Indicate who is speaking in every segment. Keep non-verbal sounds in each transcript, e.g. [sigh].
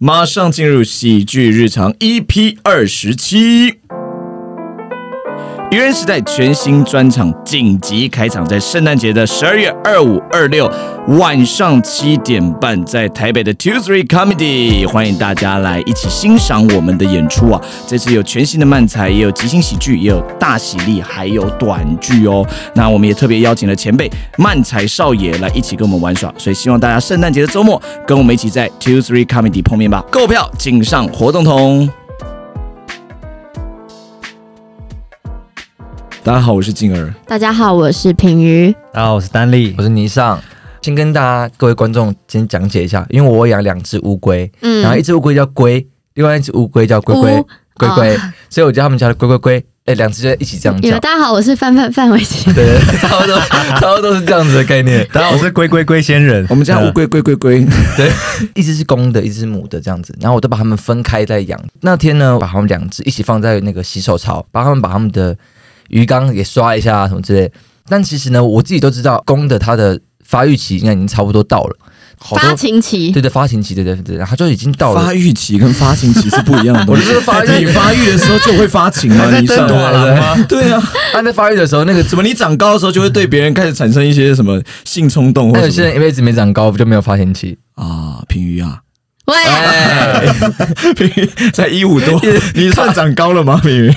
Speaker 1: 马上进入喜剧日常 EP 二十七。愚人时代全新专场紧急开场，在圣诞节的十二月二五、二六晚上七点半，在台北的 Two Three Comedy，欢迎大家来一起欣赏我们的演出啊！这次有全新的漫才，也有即兴喜剧，也有大喜力，还有短剧哦。那我们也特别邀请了前辈漫才少爷来一起跟我们玩耍，所以希望大家圣诞节的周末跟我们一起在 Two Three Comedy 碰面吧！购票请上活动通。大家好，我是静儿。
Speaker 2: 大家好，我是品瑜。
Speaker 3: 大家好，我是丹力
Speaker 4: 我。是倪尚。先跟大家各位观众先讲解一下，因为我养两只乌龟，
Speaker 2: 嗯
Speaker 4: 然后一只乌龟叫龟，另外一只乌龟叫龟龟
Speaker 2: 乌哦
Speaker 4: 龟龟，所以我叫他们叫龟龟龟。哎，两只就一起这样
Speaker 2: 你
Speaker 4: 叫
Speaker 2: 们，大家好，我是范范范玮琪。
Speaker 4: 对对，对 [laughs] 差不多差不多是这样子的概念。
Speaker 3: 大家好，我是龟龟龟仙人。
Speaker 1: 我们家乌龟龟龟龟，
Speaker 4: 对，一只是公的，一只是母的这样子，然后我都把它们分开在养。那天呢，把它们两只一起放在那个洗手槽，把它们把它们的鱼缸也刷一下啊什么之类。但其实呢，我自己都知道，公的它的发育期应该已经差不多到了，好多
Speaker 2: 发情期，
Speaker 4: 对对，发情期，对对对，然后就已经到了
Speaker 1: 发。育期跟发情期是不一样的东
Speaker 4: 我
Speaker 1: 西。
Speaker 4: 就是发育，
Speaker 1: 你发育的时候就会发情吗？你上
Speaker 4: 对对对
Speaker 1: 对啊，
Speaker 4: 他在发育的时候，那个
Speaker 1: 怎么你长高的时候就会对别人开始产生一些什么性冲动
Speaker 4: 那
Speaker 1: 或
Speaker 4: 有
Speaker 1: 什
Speaker 4: 些
Speaker 1: 么
Speaker 4: 人一辈子没长高，不就没有发情期？
Speaker 1: 啊？平鱼啊，
Speaker 2: 喂，
Speaker 4: 哎， [laughs]
Speaker 1: 平鱼才一五多，你算长高了吗？平鱼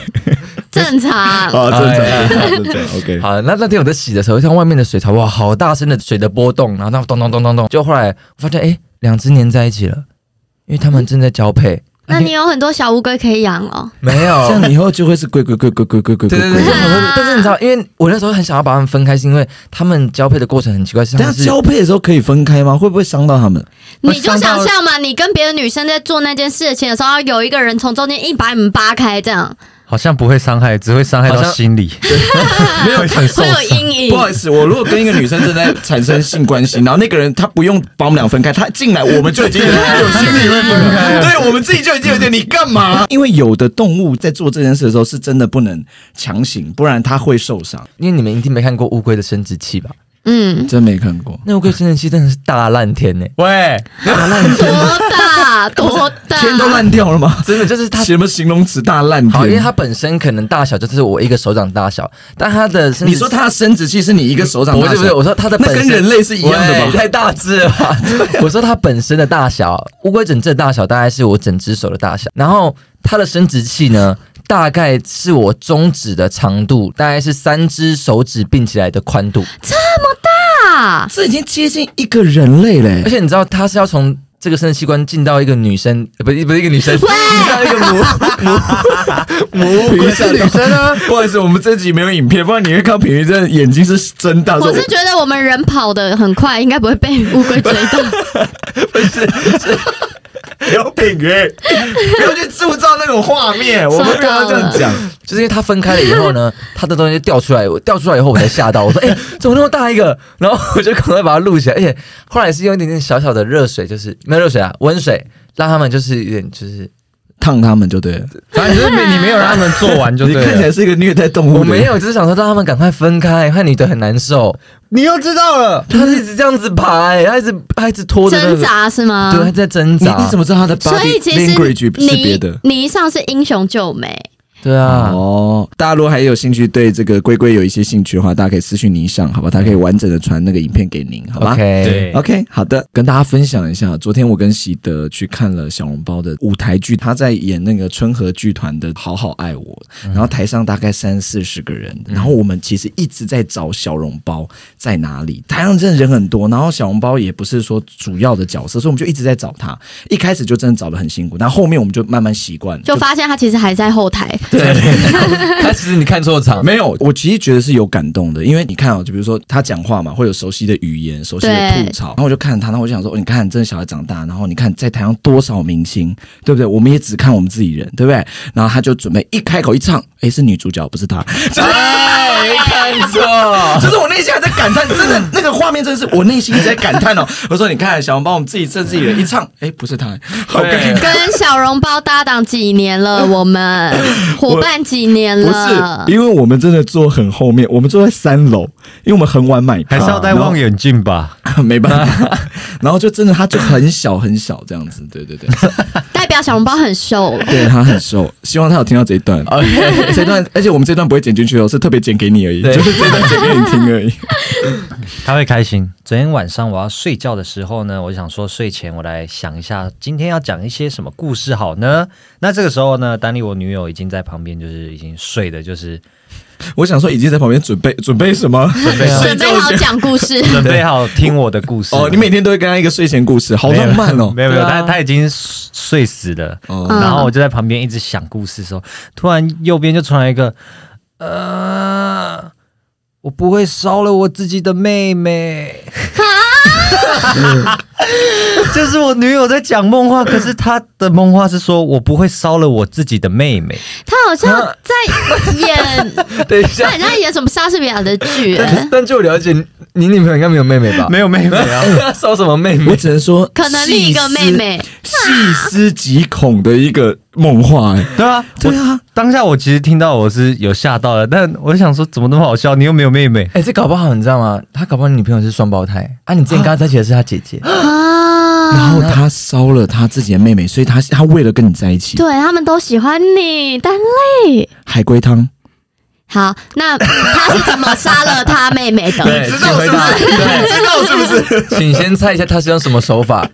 Speaker 2: 正常。
Speaker 1: 啊，
Speaker 4: 哎
Speaker 1: 正常，正常，OK。
Speaker 4: 好，那那天我在洗的时候，像外面的水槽，哇，好大声的水的波动，然后那咚咚咚咚咚，就后来我发现，哎，两只粘在一起了，因为它们正在交配。
Speaker 2: 那你有很多小乌龟可以养哦。
Speaker 4: 没
Speaker 1: 这
Speaker 4: 有？
Speaker 1: 样以后就会是龟龟龟龟龟龟龟
Speaker 4: 对
Speaker 1: 龟
Speaker 4: 对对，
Speaker 1: 龟
Speaker 4: 这。样很多但是你知道，因为我那时候很想要把它们分开，是因为它们交配的过程很奇怪，是它
Speaker 1: 但
Speaker 4: 们
Speaker 1: 是
Speaker 4: 是
Speaker 1: 交配的时候可以分开吗？会不会伤到他们？
Speaker 4: 我
Speaker 2: 你就想象嘛，你跟别的女生在做那件事情的时候，有一个人从中间一把你们扒开，这样
Speaker 3: 好像不会伤害，只会伤害到
Speaker 4: 好像
Speaker 3: 心里，没有很受
Speaker 2: 会有
Speaker 3: 伤。
Speaker 2: 阴影
Speaker 1: [laughs] 不。好意思，我如果跟一个女生正在产生性关系，然后那个人他不用把我们俩分开，他进来我们就已经 [laughs] 有性欲会分开，啊对我们自己就已经有点你干嘛？因为有的动物在做这件事的时候是真的不能强行，不然它会受伤。
Speaker 4: 因为你们一定没看过乌龟的生殖器吧？
Speaker 2: 嗯，
Speaker 1: 真没看过，
Speaker 4: 那乌龟生殖器真的是大烂天呢，欸
Speaker 3: 喂，
Speaker 2: 多大多大？
Speaker 1: 天都烂掉了吗？
Speaker 4: 真的就是它
Speaker 1: 什么形容词大烂
Speaker 4: 好，因为
Speaker 1: 天？
Speaker 4: 它本身可能大小就是我一个手掌大小，但它的生殖
Speaker 1: 你说它的生殖器是你一个手掌
Speaker 4: 不
Speaker 1: 大
Speaker 4: 是
Speaker 1: 小，
Speaker 4: 不是，我说它的
Speaker 1: 那
Speaker 4: 本
Speaker 1: 跟
Speaker 4: 身
Speaker 1: 人类是一样的
Speaker 4: 喂
Speaker 1: 吧？
Speaker 4: 太大只了 [laughs] 吧？啊我说它本身的大小，乌龟整只的大小大概是我整只手的大小，然后它的生殖器呢，大概是我中指的长度，大概是三只手指并起来的宽度，
Speaker 2: 大，
Speaker 1: 这已经接近一个人类嘞、
Speaker 4: 而且你知道它是要从。这个生殖器官进到一个女生，呃不是不是一个女 [laughs] 生，进到一个母母母龟是女生啊，
Speaker 1: 不好意思，我们这集没有影片，不然你会看品鱼这眼睛是睁大。
Speaker 2: 我是觉得我们人跑得很快，应该不会被乌龟追到。
Speaker 1: 有品鱼，不要去塑造那种画面，我们不要这样讲。
Speaker 4: 就是因为它分开了以后呢， [laughs] 它的东西就掉出来，我掉出来以后我才吓到，我说：“哎、怎么那么大一个？”然后我就赶快把它录起来，而且后来是用一点点小小的热水，就是没有热水啊，温水，让他们就是有点就是
Speaker 1: 烫他们就对了，
Speaker 3: 反正就是没
Speaker 5: [laughs]
Speaker 3: 你没有让他们做完就
Speaker 1: 你
Speaker 3: 对
Speaker 1: 看起
Speaker 3: 了
Speaker 1: 来。是一个虐待动物。
Speaker 4: 我没，有，就是想说让他们赶快分开，看女的很难受，
Speaker 3: 你又知道了，
Speaker 4: 它是一直这样子爬、哎，它一直它一直拖着那
Speaker 2: 挣
Speaker 4: 个，
Speaker 2: 扎是吗？
Speaker 4: 对，它在挣
Speaker 1: 你
Speaker 4: 扎，
Speaker 1: 你怎么知道他的
Speaker 2: 所以
Speaker 1: body
Speaker 2: 其实
Speaker 1: language 是别的？
Speaker 2: 你你上是英雄救美，
Speaker 4: 对啊？
Speaker 1: 哦，大家如果还有兴趣对这个龟龟有一些兴趣的话，大家可以私讯您上，好吧？他可以完整的传那个影片给您，好吧
Speaker 4: OK，
Speaker 3: 对
Speaker 1: OK，好的，跟大家分享一下，昨天我跟喜德去看了小笼包的舞台剧，他在演那个春和剧团的《好好爱我》，然后台上大概三四十个人，然后我们其实一直在找小笼包在哪里，台上真的人很多，然后小笼包也不是说主要的角色，所以我们就一直在找他，一开始就真的找的很辛苦，但后面我们就慢慢习惯，
Speaker 2: 就发现他其实还在后台。
Speaker 4: [laughs] 它其实你看错场，
Speaker 1: 没有，我其实觉得是有感动的，因为你看哦，就比如说他讲话嘛，会有熟悉的语言、熟悉的
Speaker 2: 对
Speaker 1: 吐槽，然后我就看他，然后我就想说，哦你看，真的小孩长大，然后你看在台上多少明星，对不对？我们也只看我们自己人，对不对？然后他就准备一开口一唱，诶，是女主角，不是 [laughs] 他，就是
Speaker 4: 哎，看错，
Speaker 1: 就是我内心还在感叹，真的那个画面真的是我内心一直在感叹哦。我说你看，小红包我们自己这自己人一唱，诶，不是他， [laughs] 好尴尬。
Speaker 2: 跟小笼包搭档几年 [laughs] 了，我们伙伴几年
Speaker 1: 不
Speaker 2: 了，
Speaker 1: 是，因为我们真的坐很后面，我们坐在三楼，因为我们很晚买
Speaker 3: 还
Speaker 1: 票，
Speaker 3: 是要戴望远镜吧？
Speaker 1: 然后 [laughs] 没办法，然后就真的它就很小很小这样子，对对对，
Speaker 2: 代表小笼包很瘦，
Speaker 1: 对它很瘦，希望他有听到这一段，这段，而且我们这段不会剪进去哦，是特别剪给你而已，
Speaker 4: 对
Speaker 1: 就是这段剪给你听而已。
Speaker 5: 他会开心。昨天晚上我要睡觉的时候呢，我就想说睡前我来想一下今天要讲一些什么故事好呢？那这个时候呢，丹妮我女友已经在旁边，就是已经睡的，就是
Speaker 1: 我想说，已经在旁边准备准备什么？准
Speaker 4: 备啊
Speaker 2: 准备好讲故 [laughs] 事。
Speaker 5: [laughs] 准备好听我的故事
Speaker 1: 哦，你每天都会跟他一个睡前故事，好浪漫哦。
Speaker 5: 没有没
Speaker 4: 对
Speaker 5: 有，
Speaker 4: 啊
Speaker 5: 他他已经睡死了。
Speaker 1: 哦，
Speaker 2: 嗯
Speaker 5: 然后我就在旁边一直想故事的时候，突然右边就传来一个，呃，我不会烧了我自己的妹妹。 [laughs] 这是我女友在讲梦话，可是她的梦话是说我不会烧了我自己的妹妹。
Speaker 2: 他好像在 [laughs] 演，
Speaker 4: [laughs] 等一下
Speaker 2: 他，很像演什么莎士比亚的剧、欸
Speaker 4: 但但据我了解，你你女朋友应该没有妹妹吧？
Speaker 3: 没有妹妹啊，
Speaker 4: 有， [laughs] 烧什么妹
Speaker 1: 我
Speaker 4: 妹？
Speaker 1: 只能说，
Speaker 2: 可能另一个妹妹，
Speaker 1: 细思极恐的一个梦话、哎
Speaker 5: [laughs] 对啊，对啊。当下我其实听到我是有吓到的，但我就想说怎么那么好笑？你又没有妹妹，
Speaker 4: 哎、这搞不好你知道吗？他搞不好你女朋友是双胞胎啊！你之前跟他在一起的是他姐 [laughs] 姐，
Speaker 1: 然
Speaker 2: [laughs] 啊，
Speaker 1: 后他烧了他自己的妹妹，所以他他为了跟你在一起，
Speaker 2: 对他们都喜欢你，但累。
Speaker 1: 海龟汤。
Speaker 2: 好，那他是怎么杀了他妹妹的？对，
Speaker 4: 知道是不是？知道是不是？请先猜一下他是用什么手法？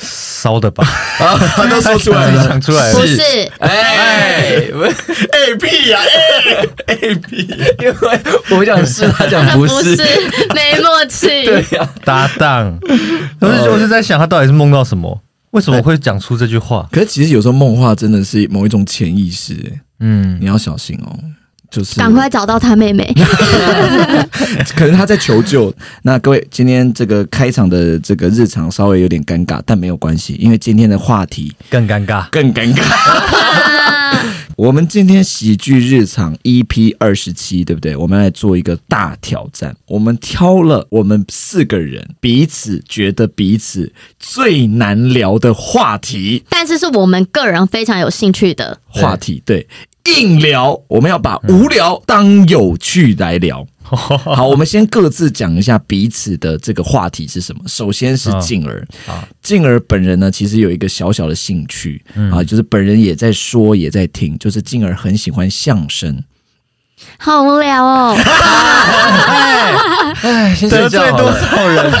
Speaker 5: 烧的吧？
Speaker 4: [laughs] 啊，他都说出
Speaker 5: 自己想出来的
Speaker 2: 不是，
Speaker 4: 哎，
Speaker 1: A P 呀、
Speaker 4: 因为我讲是，他讲
Speaker 2: 那
Speaker 4: 不
Speaker 2: 不
Speaker 4: 是
Speaker 2: 是，，没默契。
Speaker 4: 对呀、
Speaker 5: 搭 [laughs] 档。我是我是在想，他到底是梦到什么？为什么会讲出这句话？
Speaker 1: 可是其实有时候梦话真的是某一种潜意识、哎
Speaker 4: 嗯，
Speaker 1: 你要小心哦。就是
Speaker 2: 赶快找到他妹妹，
Speaker 1: [laughs] 可能他在求救。 [laughs] 那各位，今天这个开场的这个日常稍微有点尴尬，但没有关系，因为今天的话题
Speaker 5: 更尴尬。
Speaker 1: 更尴尬。 [laughs] 我们今天喜剧日常 EP 二十七，对不对？我们来做一个大挑战。我们挑了我们四个人彼此觉得彼此最难聊的话题，
Speaker 2: 但是是我们个人非常有兴趣的。
Speaker 1: 话题对。硬聊，我们要把无聊当有趣来聊。嗯 [laughs] 好，我们先各自讲一下彼此的这个话题是什么。首先是静儿，静儿本人呢，其实有一个小小的兴趣、啊，就是本人也在说，也在听，就是静儿很喜欢相 [laughs] 声。
Speaker 2: 好无
Speaker 1: [laughs]
Speaker 2: 聊哦，
Speaker 4: 哎，先睡觉好了。
Speaker 5: 少人？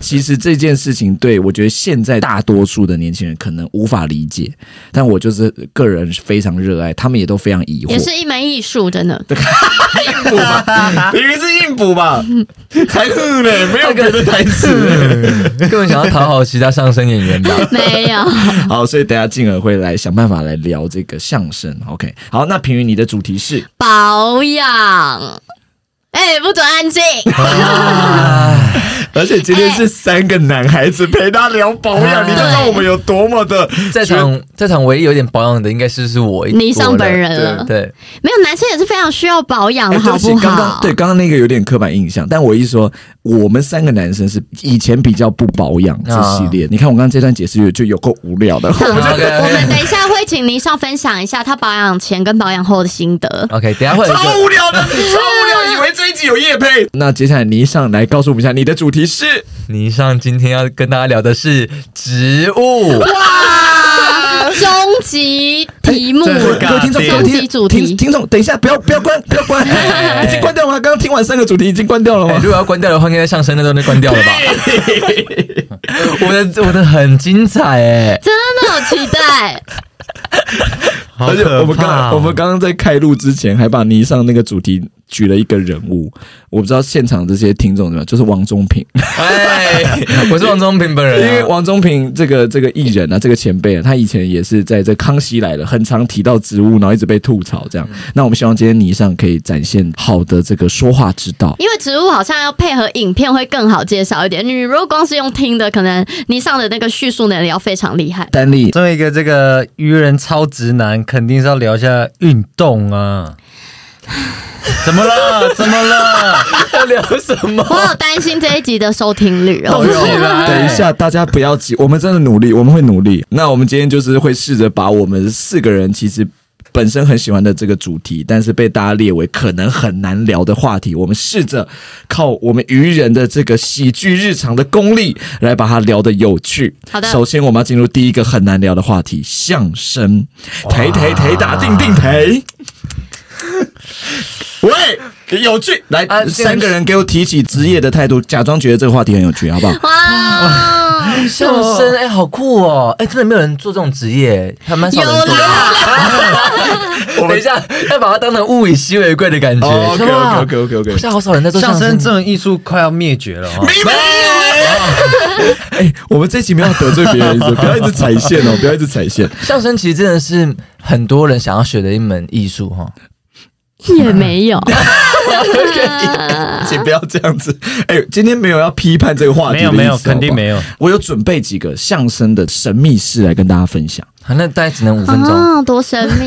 Speaker 1: 其实这件事情对我觉得现在大多数的年轻人可能无法理解，但我就是个人非常热爱，他们也都非常疑惑。
Speaker 2: 也是一门艺术，
Speaker 1: [laughs]
Speaker 2: 真的。
Speaker 1: 补吧，明明是硬补吧，还是嘞，没有别的台 [laughs] 词。
Speaker 4: [laughs] 根本想要讨好其他相声演 [laughs] 员吧？
Speaker 2: 没有，
Speaker 1: 好，所以等下静儿会来想办法来聊这个相声。OK，好，那平云你的主题是
Speaker 2: 保养。哎、不准安
Speaker 1: [laughs]
Speaker 2: 静！
Speaker 1: 而且今天是三个男孩子陪他聊保养，
Speaker 4: 哎
Speaker 1: 你就知道我们有多么的
Speaker 4: 在场在场唯一有点保养的，应该是是我
Speaker 2: 你上本人了
Speaker 4: 我对，
Speaker 2: 没有，男生也是非常需要保养的，
Speaker 1: 哎对不
Speaker 2: 好
Speaker 1: 起，
Speaker 2: 好？
Speaker 1: 刚刚对刚刚那个有点刻板印象，但我一说我们三个男生是以前比较不保养这系列，你看我刚刚这段解释就就有够无聊 [laughs] 的。
Speaker 2: 好
Speaker 4: 我们就
Speaker 2: 我们等一下会请倪尚分享一下他保养前跟保养后的心
Speaker 1: [laughs]
Speaker 2: 得。
Speaker 4: OK，等一下会有一个
Speaker 1: 无聊的，超无聊！以为这一集有叶配。那接下来你上来告诉我们一下，你的主题是
Speaker 4: 倪尚今天要跟大家聊的是植物，
Speaker 1: 啊
Speaker 2: 终极题目，
Speaker 1: 各位听众，各位
Speaker 2: 终极
Speaker 1: 听
Speaker 2: 主
Speaker 1: 听
Speaker 2: 题，
Speaker 1: 听众，等一下，不要不要
Speaker 5: [laughs]
Speaker 1: 关，不要
Speaker 5: 哎
Speaker 1: 关，已经关掉吗？刚刚听完三个主题已经关掉了
Speaker 4: 哎
Speaker 1: 吗
Speaker 4: 如？果要关掉的话，应该上升那都能关掉了吧？我的我的很精彩哎，
Speaker 2: 真的好期待。
Speaker 5: 好
Speaker 1: 而且我
Speaker 5: 可
Speaker 1: 们刚
Speaker 5: 怕
Speaker 1: 刚
Speaker 5: 哦！
Speaker 1: 我们刚刚在开录之前，还把尼上那个主题举了一个人物，我不知道现场这些听众怎么样，就是王中平，
Speaker 4: 哎，我是王宗平本
Speaker 1: 因为
Speaker 4: 人啊，
Speaker 1: 王中平这个这个艺人啊，这个前辈啊，他以前也是在这《康熙来了》很常提到植物，然后一直被吐槽这样。
Speaker 5: 嗯
Speaker 1: 那我们希望今天尼上可以展现好的这个说话之道。
Speaker 2: 因为植物好像要配合影片会更好介绍一点。你如果光是用听的，可能倪尚的那个叙述能力要非常厉害。
Speaker 1: 丹丽，
Speaker 5: 作为一个这个愚人超直男，肯定是要聊一下运动 [laughs] 啊。怎么了？怎么 [laughs] 了？
Speaker 4: 要聊什么？
Speaker 2: 我有担心这一集的收听率哦
Speaker 1: [laughs]
Speaker 4: 动。起来，
Speaker 1: 等一，下，大家不要急，我们真的努力，我们会努力。那我们今天就是会试着把我们四个人其实本身很喜欢的这个主题，但是被大家列为可能很难聊的话题，我们试着靠我们愚人的这个喜剧日常的功力来把它聊得有趣。
Speaker 2: 好的
Speaker 1: 首先我们要进入第一个很难聊的话题——相声。抬抬抬，打定定
Speaker 4: 啊
Speaker 1: 抬。喂，有趣！来，
Speaker 4: 啊这个
Speaker 1: 三个人给我提起职业的态度，假装觉得这个话题很有趣，好不好？
Speaker 2: 哇，
Speaker 4: 相声哎，好酷哦！哎，真的没有人做这种职业，还蛮少
Speaker 2: 有
Speaker 4: 人做的。
Speaker 2: 啦，
Speaker 4: [laughs] 等一下，要把它当成物以稀为贵的感觉。
Speaker 1: 哦
Speaker 4: 是吧
Speaker 1: OK，OK，OK，OK
Speaker 4: 现在好少人在做
Speaker 5: 相
Speaker 4: 声
Speaker 5: 声这种艺术快要灭绝了哦。
Speaker 1: 哎，我们这期不要得罪别人，不要一直踩线
Speaker 5: [laughs]
Speaker 1: 哦，不要一直踩线。
Speaker 4: 相声其实真的是很多人想要学的一门艺术哈。
Speaker 2: 也没 [laughs] 有。
Speaker 1: 请不要这样子。哎、今天没有要批判这个话题
Speaker 5: 没
Speaker 1: 的意思，
Speaker 5: 有没有，
Speaker 1: 好不好
Speaker 5: 肯定。没有。
Speaker 1: 我有准备几个相声的神秘事来跟大家分享。
Speaker 4: 好那大概只能五分钟。
Speaker 2: 啊，多神
Speaker 1: [laughs]
Speaker 2: 秘！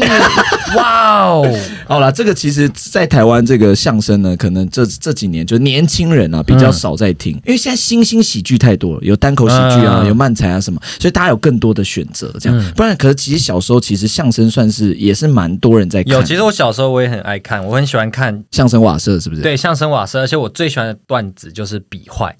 Speaker 4: 哇哦，
Speaker 1: 好啦，这个其实，在台湾这个相声呢，可能这这几年就年轻人啊比较少在听，因为现在新兴喜剧太多了，有单口喜剧啊，
Speaker 5: 嗯
Speaker 1: 有漫才啊什么，所以大家有更多的选择。这样，不然可是其实小时候其实相声算是也是蛮多人在看的，
Speaker 5: 有，其实我小时候我也很爱看，我很喜欢看
Speaker 1: 相声瓦舍是不是？
Speaker 5: 对相声瓦舍，而且我最喜欢的段子就是比坏。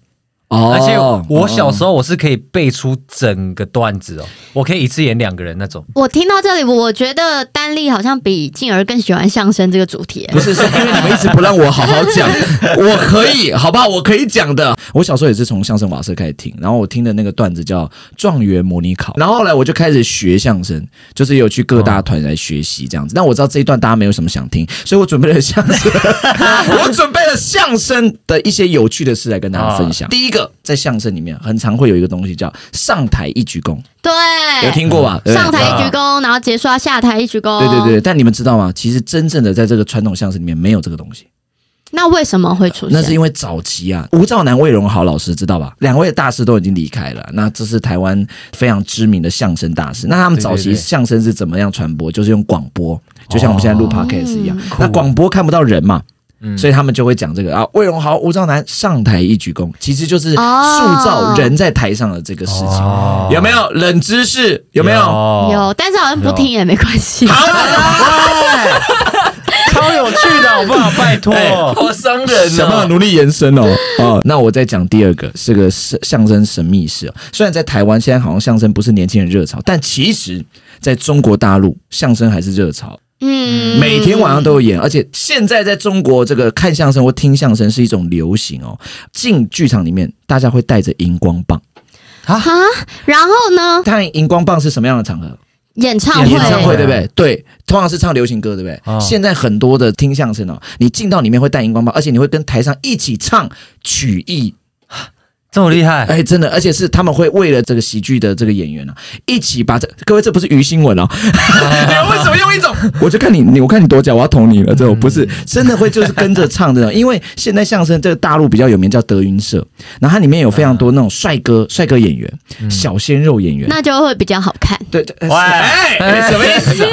Speaker 1: 哦，嗯
Speaker 5: 而且我小时
Speaker 1: 候
Speaker 5: 候我是可以背出整个段子哦，我可以一次演两个人那种。
Speaker 2: 我听到这里，我觉得丹丽好像比静儿更喜欢相声这个主题。
Speaker 1: 不是，是因为你们一直不让我好好
Speaker 5: [laughs]
Speaker 1: 讲，我可以，好不好？我可以讲的。我小时候也是从相声瓦舍开始听，然后我听的那个段子叫《状元模拟考》，然后后来我就开始学相声，就是有去各大团来学习这样子。但我知道这一段大家没有什么想听，所以我准备了相
Speaker 5: [laughs]
Speaker 1: 声，我准备了相声的一些有趣的事来跟大家分
Speaker 5: 啊
Speaker 1: 享。第一个，在相声里面很常会有一个东西叫上台一鞠躬，
Speaker 2: 对，
Speaker 1: 有听过吧？对不对
Speaker 2: 哎上台一鞠躬，然后结束要下台一鞠躬。
Speaker 1: 对对对，。但你们知道吗？其实真正的在这个传统相声里面没有这个东西。
Speaker 2: 那为什么会出
Speaker 1: 那是
Speaker 2: 现？
Speaker 1: 因为早期啊，吴兆南、魏荣豪老师知道吧？两位大师都已经离开了，那这是台湾非常知名的相声大师。那他们早
Speaker 5: 对
Speaker 1: 期
Speaker 5: 对对哦
Speaker 1: 相声是怎么样传播？就是用广播，就像我们现在录 podcast 一样。那广播看不到人嘛。
Speaker 5: 嗯
Speaker 1: 所以他们就会讲这个啊，魏荣豪、吴兆南上台一鞠躬，其实就是塑
Speaker 2: 哦
Speaker 1: 造人在台上的这个事情，
Speaker 5: 哦
Speaker 1: 有没有冷知识？有没有？
Speaker 2: 有，但是好像不听也没关系。
Speaker 1: 哦好
Speaker 5: 超有趣的，好不好？ [laughs] 拜托，
Speaker 4: 哎好伤人
Speaker 1: 想办法
Speaker 4: 哦。
Speaker 1: 努力延伸 [laughs] 哦。哦，那我再讲第二个，是个是相声神秘事、哦。虽然在台湾现在好像相声不是年轻人热潮，但其实在中国大陆相声还是热潮，
Speaker 2: 嗯，
Speaker 1: 每天晚上都有演。而且现在在中国，这个看相声或听相声是一种流行哦。进剧场里面，大家会带着荧光棒。
Speaker 2: 哈。然后呢，
Speaker 1: 看荧光棒是什么样的场合？
Speaker 2: 演唱
Speaker 1: 演唱会啊对
Speaker 2: 会
Speaker 1: 啊不对？对，通常是唱流行歌对不对？
Speaker 5: 哦
Speaker 1: 现在很多的听相声哦，你进到里面会带荧光棒，而且你会跟台上一起唱曲艺
Speaker 5: 这么厉害，
Speaker 1: 哎，真的，而且是他们会为了这个喜剧的这个演员啊，一起把这各位这不是于新闻哦，你 [laughs] 们为什么用一种？我就看你你我看你多假，我要捅你了，这种不是真的会就是跟着唱这种，因为现在相声这个大陆比较有名叫德云社，然后它里面有非常多那种帅哥帅哥演员、小鲜肉演员，
Speaker 2: 那就会比较好看。
Speaker 1: 对对，
Speaker 5: 喂
Speaker 1: 哎，哎什么意思啊？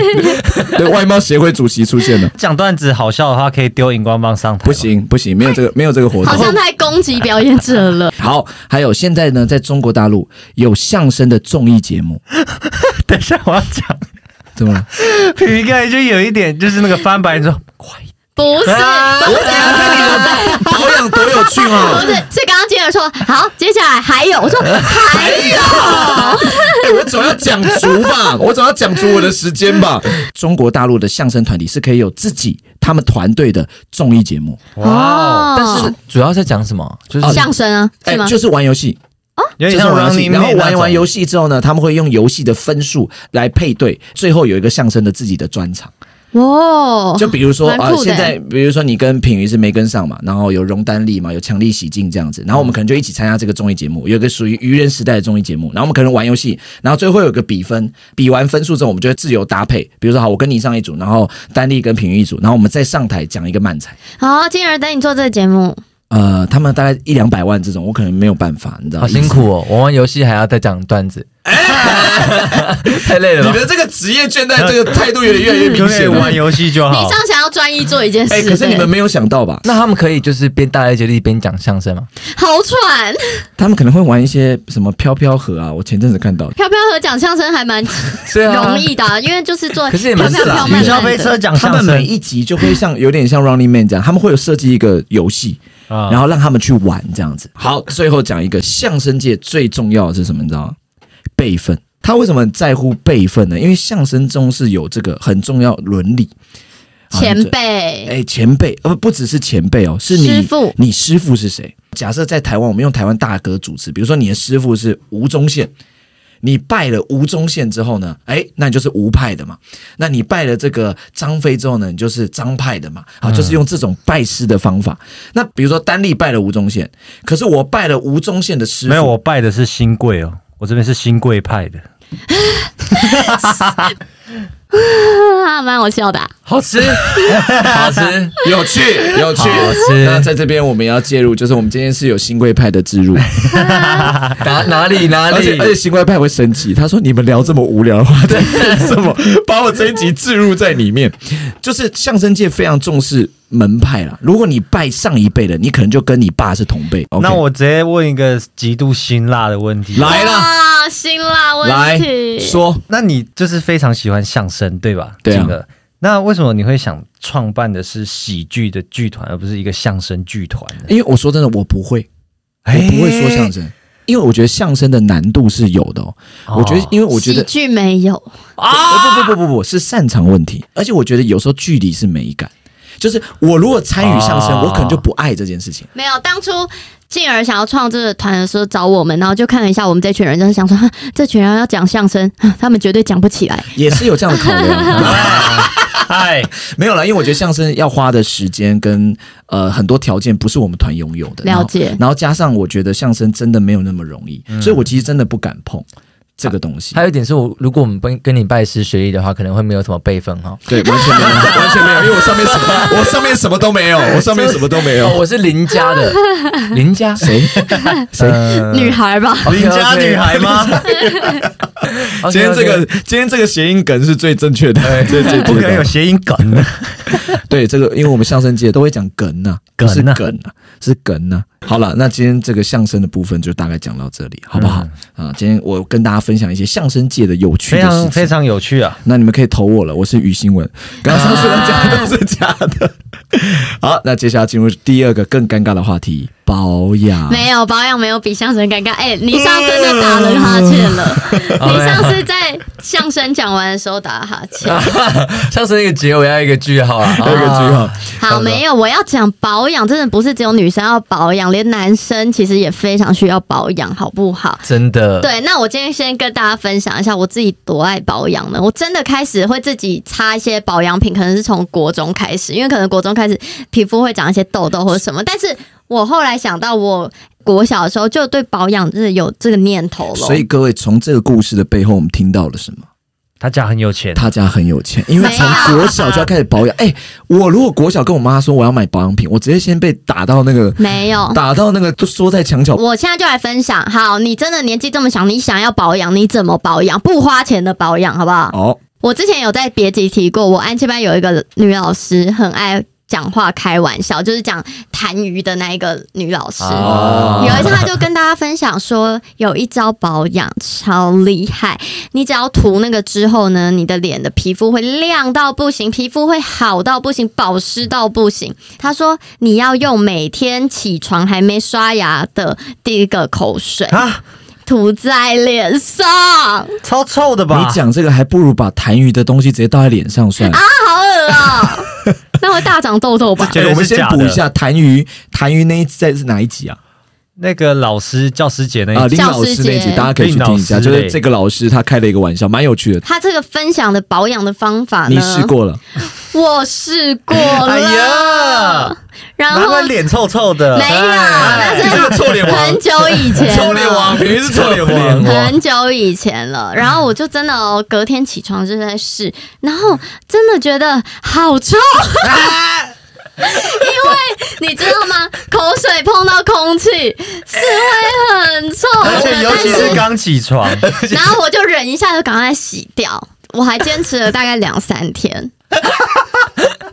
Speaker 1: [laughs] 对外貌协会主席出现了，
Speaker 5: 讲段子好笑的话，可以丢荧光棒上台吗。
Speaker 1: 不行不行，没有这个没有这个活
Speaker 2: 好
Speaker 1: 动。。
Speaker 2: 像太攻击表演者了
Speaker 1: 好，还有现在呢，在中国大陆有相声的综艺节目，
Speaker 5: 等一下我要 [laughs] 讲，
Speaker 1: 对吗？
Speaker 5: 皮盖就有一点就是那个翻白眼说，
Speaker 2: 不是，不是，
Speaker 1: 保养多啊有趣
Speaker 2: 不
Speaker 1: 嘛！
Speaker 2: 是，是刚刚接着说好，接下来还有，我说还有，
Speaker 1: 哎、我总要讲足
Speaker 2: [laughs]
Speaker 1: 吧，我总要讲足我的时间吧。中国大陆的相声团体是可以有自己他们团队的综艺节目，
Speaker 5: 哇，
Speaker 4: 但是主要在讲什么？就是
Speaker 1: 哦
Speaker 2: 哦相声啊，
Speaker 1: 哎、
Speaker 2: 是吗？
Speaker 1: 就是玩游戏，
Speaker 5: 有
Speaker 1: 就
Speaker 5: 点
Speaker 1: 是
Speaker 5: 像
Speaker 1: 玩游戏，
Speaker 5: Running
Speaker 1: 然后
Speaker 5: Man
Speaker 1: 玩一玩游
Speaker 5: 戏，
Speaker 1: 戏之后呢，他们会用游戏的分数来配对，最后有一个相声的自己的专场。
Speaker 2: 哇，
Speaker 1: 就比如说
Speaker 2: 蛮
Speaker 1: 啊、
Speaker 2: 酷的
Speaker 1: 现在比如说你跟品瑜是没跟上嘛，然后有容丹力嘛，有强力喜进这样子，然后我们可能就一起参加这个综艺节目，有一个属于愚人时代的综艺节目，然后我们可能玩游戏，然后最后会有个比分，比完分数之后，我们就会自由搭配，比如说好，我跟你上一组，然后丹力跟品瑜一组，然后我们再上台讲一个漫才，
Speaker 2: 好，静儿等你做这个节目，
Speaker 1: 呃，他们大概一两百万这种，我可能没有办法， [laughs] 你知道
Speaker 4: 好
Speaker 1: 吗？
Speaker 4: 辛苦哦，玩玩游戏还要再讲段子， [laughs] 太累了吧
Speaker 1: 哎你？的这个职业倦怠 [laughs] 这个态度有点越来越明
Speaker 5: 永
Speaker 1: 显
Speaker 5: 远
Speaker 1: 了
Speaker 5: 玩。游戏就
Speaker 2: 你
Speaker 5: 好
Speaker 2: 这。样想要专一做一件事，
Speaker 1: 哎、可是你们
Speaker 2: 对
Speaker 1: 没有想到吧？
Speaker 4: 那他们可以就是边大家接力边讲相声吗？
Speaker 2: 好喘。
Speaker 1: 他们可能会玩一些什么飘飘盒啊，我前阵子看到。
Speaker 2: 飘飘和讲相声还蛮
Speaker 4: 对啊，
Speaker 2: 容易的啊、因为就是做
Speaker 4: 可是也
Speaker 2: 飘
Speaker 4: 蛮
Speaker 2: 飘
Speaker 4: 傻
Speaker 2: 飘
Speaker 4: 的
Speaker 2: 慢
Speaker 5: 云霄
Speaker 2: 慢
Speaker 5: 飞车
Speaker 2: 的。
Speaker 5: 讲
Speaker 1: 他
Speaker 5: 相
Speaker 1: 们每
Speaker 5: 声
Speaker 1: 一集就会像有点像 Running Man 这样，他们会有设计一个游戏，
Speaker 5: 啊
Speaker 1: 然后让他们去玩这样子。好，最后讲一个相声界最重要的是什么？你知道吗？辈分。他为什么很在乎辈分呢？因为相声中是有这个很重要伦理。好
Speaker 2: 前
Speaker 1: 你这
Speaker 2: 辈， [laughs]
Speaker 1: 哎，前辈，呃，不只是前辈哦，是你
Speaker 2: 师父
Speaker 1: 你师傅是谁？假设在台湾，我们用台湾大哥主持，比如说你的师傅是吴宗宪，你拜了吴宗宪之后呢，哎，那你就是吴派的嘛。那你拜了这个张飞之后呢，你就是张派的嘛。
Speaker 5: 嗯
Speaker 1: 好，就是用这种拜师的方法。那比如说丹立拜了吴宗宪，可是我拜了吴宗宪的师傅，
Speaker 5: 没有，我拜的是新贵哦，我这边是新贵派的。
Speaker 2: 啊，蛮好笑的啊、
Speaker 1: [laughs]
Speaker 4: 好吃，好吃，
Speaker 1: 有趣有趣。
Speaker 4: 好吃
Speaker 1: 那在这边我们也要介入，就是我们今天是有新贵派的植入。
Speaker 4: 哪哪里哪
Speaker 1: 而且
Speaker 4: 里
Speaker 1: 而？且新外派会生气，他说你们聊这么无聊的
Speaker 5: [laughs]
Speaker 1: 话，在干什么？把我这一集置入在里面，就是相声界非常重视门派啦。如果你拜上一辈的，你可能就跟你爸是同辈。o k
Speaker 5: 那我直接问一个极度辛辣的问题，
Speaker 1: 来啦，
Speaker 2: 哇，辛辣问
Speaker 1: 来
Speaker 2: 题，
Speaker 1: 说，
Speaker 5: 那你就是非常喜欢相声对吧？
Speaker 1: 对啊
Speaker 5: 金额那为什么你会想创办的是喜剧的剧团，而不是一个相声剧团呢？
Speaker 1: 因为我说真的，我不会，我
Speaker 5: 哎
Speaker 1: 不会说相声。因为我觉得相声的难度是有的哦，
Speaker 5: 哦
Speaker 1: 我觉得，因为我觉
Speaker 2: 喜
Speaker 1: 得
Speaker 2: 剧没有，
Speaker 1: 啊，不不不不不，是擅长问题，而且我觉得有时候距离是美感，就是我如果参与相声，
Speaker 5: 哦
Speaker 1: 我可能就不爱这件事情。
Speaker 2: 没有。当初进而想要创这个团的时候找我们，然后就看了一下我们这群人，就是想说，哈这群人要讲相声，哈他们绝对讲不起来。
Speaker 1: 也是有这样的考 [laughs] 量。
Speaker 5: 嗨，
Speaker 1: 没有啦，因为我觉得相声要花的时间跟呃很多条件不是我们团拥有的。
Speaker 2: 了解
Speaker 1: 然后，然后加上我觉得相声真的没有那么容易，所以我其实真的不敢碰这个东西。
Speaker 4: 还有一点是我，如果我们跟跟你拜师学艺的话，可能会没有什么辈分哈。
Speaker 1: 对，完全没有，完全没有，因为我上面什 [laughs] 么，我上面什么都没有，我上面什么都没
Speaker 4: 哦，。我是邻
Speaker 2: [laughs]
Speaker 4: 家的，邻家呃谁？
Speaker 1: 谁？
Speaker 2: 女孩吧，
Speaker 4: OK，OK
Speaker 5: 邻家女孩
Speaker 4: [laughs]
Speaker 5: [laughs] 吗？
Speaker 4: OK，OK
Speaker 1: 今天这个今天这个谐音梗是最正确的，
Speaker 4: 哎
Speaker 1: 最最
Speaker 5: 不可能有谐音梗 [laughs] 的。嗯
Speaker 1: 对这个，因为我们相声界都会讲梗呐、
Speaker 5: 梗啊
Speaker 1: 不是
Speaker 5: 呐
Speaker 1: 梗呐、是梗呐、好了，那今天这个相声的部分就大概讲到这里，
Speaker 5: 嗯
Speaker 1: 好不好？啊，今天我跟大家分享一些相声界的有趣
Speaker 5: 非
Speaker 1: 的事
Speaker 5: 常
Speaker 1: 情。
Speaker 5: 非常有趣啊！
Speaker 1: 那你们可以投我了，我是于新文。刚刚上次的讲的都是假
Speaker 5: [laughs]
Speaker 1: 的。好，那接下来进入第二个更尴尬的话题——保养。
Speaker 2: 没有保养，没有比相声尴尬。哎、
Speaker 1: 嗯
Speaker 2: 你上次就打了哈欠了， [laughs] 你上次在相声讲完的时候打了哈欠。
Speaker 4: [laughs]
Speaker 1: 嗯
Speaker 4: 上次那个结尾要一个句号啊，
Speaker 1: 第二个句号，
Speaker 2: 好，没有，我要讲保养，真的不是只有女生要保养，连男生其实也非常需要保养，好不好？
Speaker 4: 真的，
Speaker 2: 对，那我今天先跟大家分享一下我自己多爱保养呢。我真的开始会自己擦一些保养品，可能是从国中开始，因为可能国中开始皮肤会长一些痘痘或者什么。但是我后来想到，我国小的时候就对保养真的有这个念头了。
Speaker 1: 所以各位从这个故事的背后，我们听到了什么？
Speaker 5: 他家很有钱，
Speaker 1: 他家很有钱，因为从
Speaker 2: 没有
Speaker 1: 国小就要开始保养。哎、我如果国小跟我妈说我要买保养品，我直接先被打到那个
Speaker 2: 没有，
Speaker 1: 打到那个都缩在墙角。
Speaker 2: 我现在就来分享。好，你真的年纪这么小，你想要保养，你怎么保养？不花钱的保养，好不好？
Speaker 1: 哦，
Speaker 2: 我之前有在别集提过，我安亲班有一个女老师很爱讲话开玩笑，就是讲痰盂的那一个女老师。
Speaker 4: 啊
Speaker 2: 有一次，她就跟大家分享说，有一招保养超厉害，你只要涂那个之后呢，你的脸的皮肤会亮到不行，皮肤会好到不行，保湿到不行。她说你要用每天起床还没刷牙的第一个口水
Speaker 5: 啊
Speaker 2: 涂在脸上，啊，
Speaker 5: 超臭的吧？
Speaker 1: 你讲这个还不如把痰盂的东西直接倒在脸上算了。
Speaker 2: 好恶哦、 [laughs] 那会大长痘痘吧？
Speaker 5: 绝
Speaker 1: 哎
Speaker 5: 对
Speaker 1: 我们
Speaker 5: 是
Speaker 1: 先
Speaker 5: 假
Speaker 1: 补
Speaker 5: 的
Speaker 1: 一下痰盂，痰盂那一在是哪一集啊？
Speaker 5: 那个老师教师节那
Speaker 1: 啊，
Speaker 5: 一集
Speaker 1: 林老
Speaker 2: 教
Speaker 1: 师
Speaker 2: 师
Speaker 1: 那一
Speaker 2: 节
Speaker 1: 集，大家可以去听一下，
Speaker 5: 哎令老师
Speaker 1: 就是这个老师他开了一个玩笑，蛮有趣的。
Speaker 2: 他这个分享的保养的方法呢？
Speaker 1: 你试？过了？
Speaker 2: 我试过
Speaker 1: [laughs]
Speaker 2: 了。
Speaker 5: 哎呀，
Speaker 2: 然
Speaker 5: 难
Speaker 2: 后
Speaker 5: 怪脸臭臭的。哎
Speaker 2: 没有，那
Speaker 1: 哎你这个
Speaker 2: 是
Speaker 1: 臭脸王
Speaker 2: 很，久以前了，
Speaker 1: 臭脸
Speaker 5: 啊
Speaker 1: 王，明明是臭脸王。
Speaker 4: [laughs]
Speaker 2: 很久以前了。然后我就真的哦，隔天
Speaker 1: 啊
Speaker 2: [laughs] 起床就在试，然后真的觉得好臭。你知道吗？口水碰到空气是会很臭
Speaker 5: 而且尤
Speaker 2: 的，
Speaker 5: 其是刚起
Speaker 2: [laughs]
Speaker 5: 床，
Speaker 2: 然后我就忍一下，就赶快洗掉。我还坚持了大概两三天，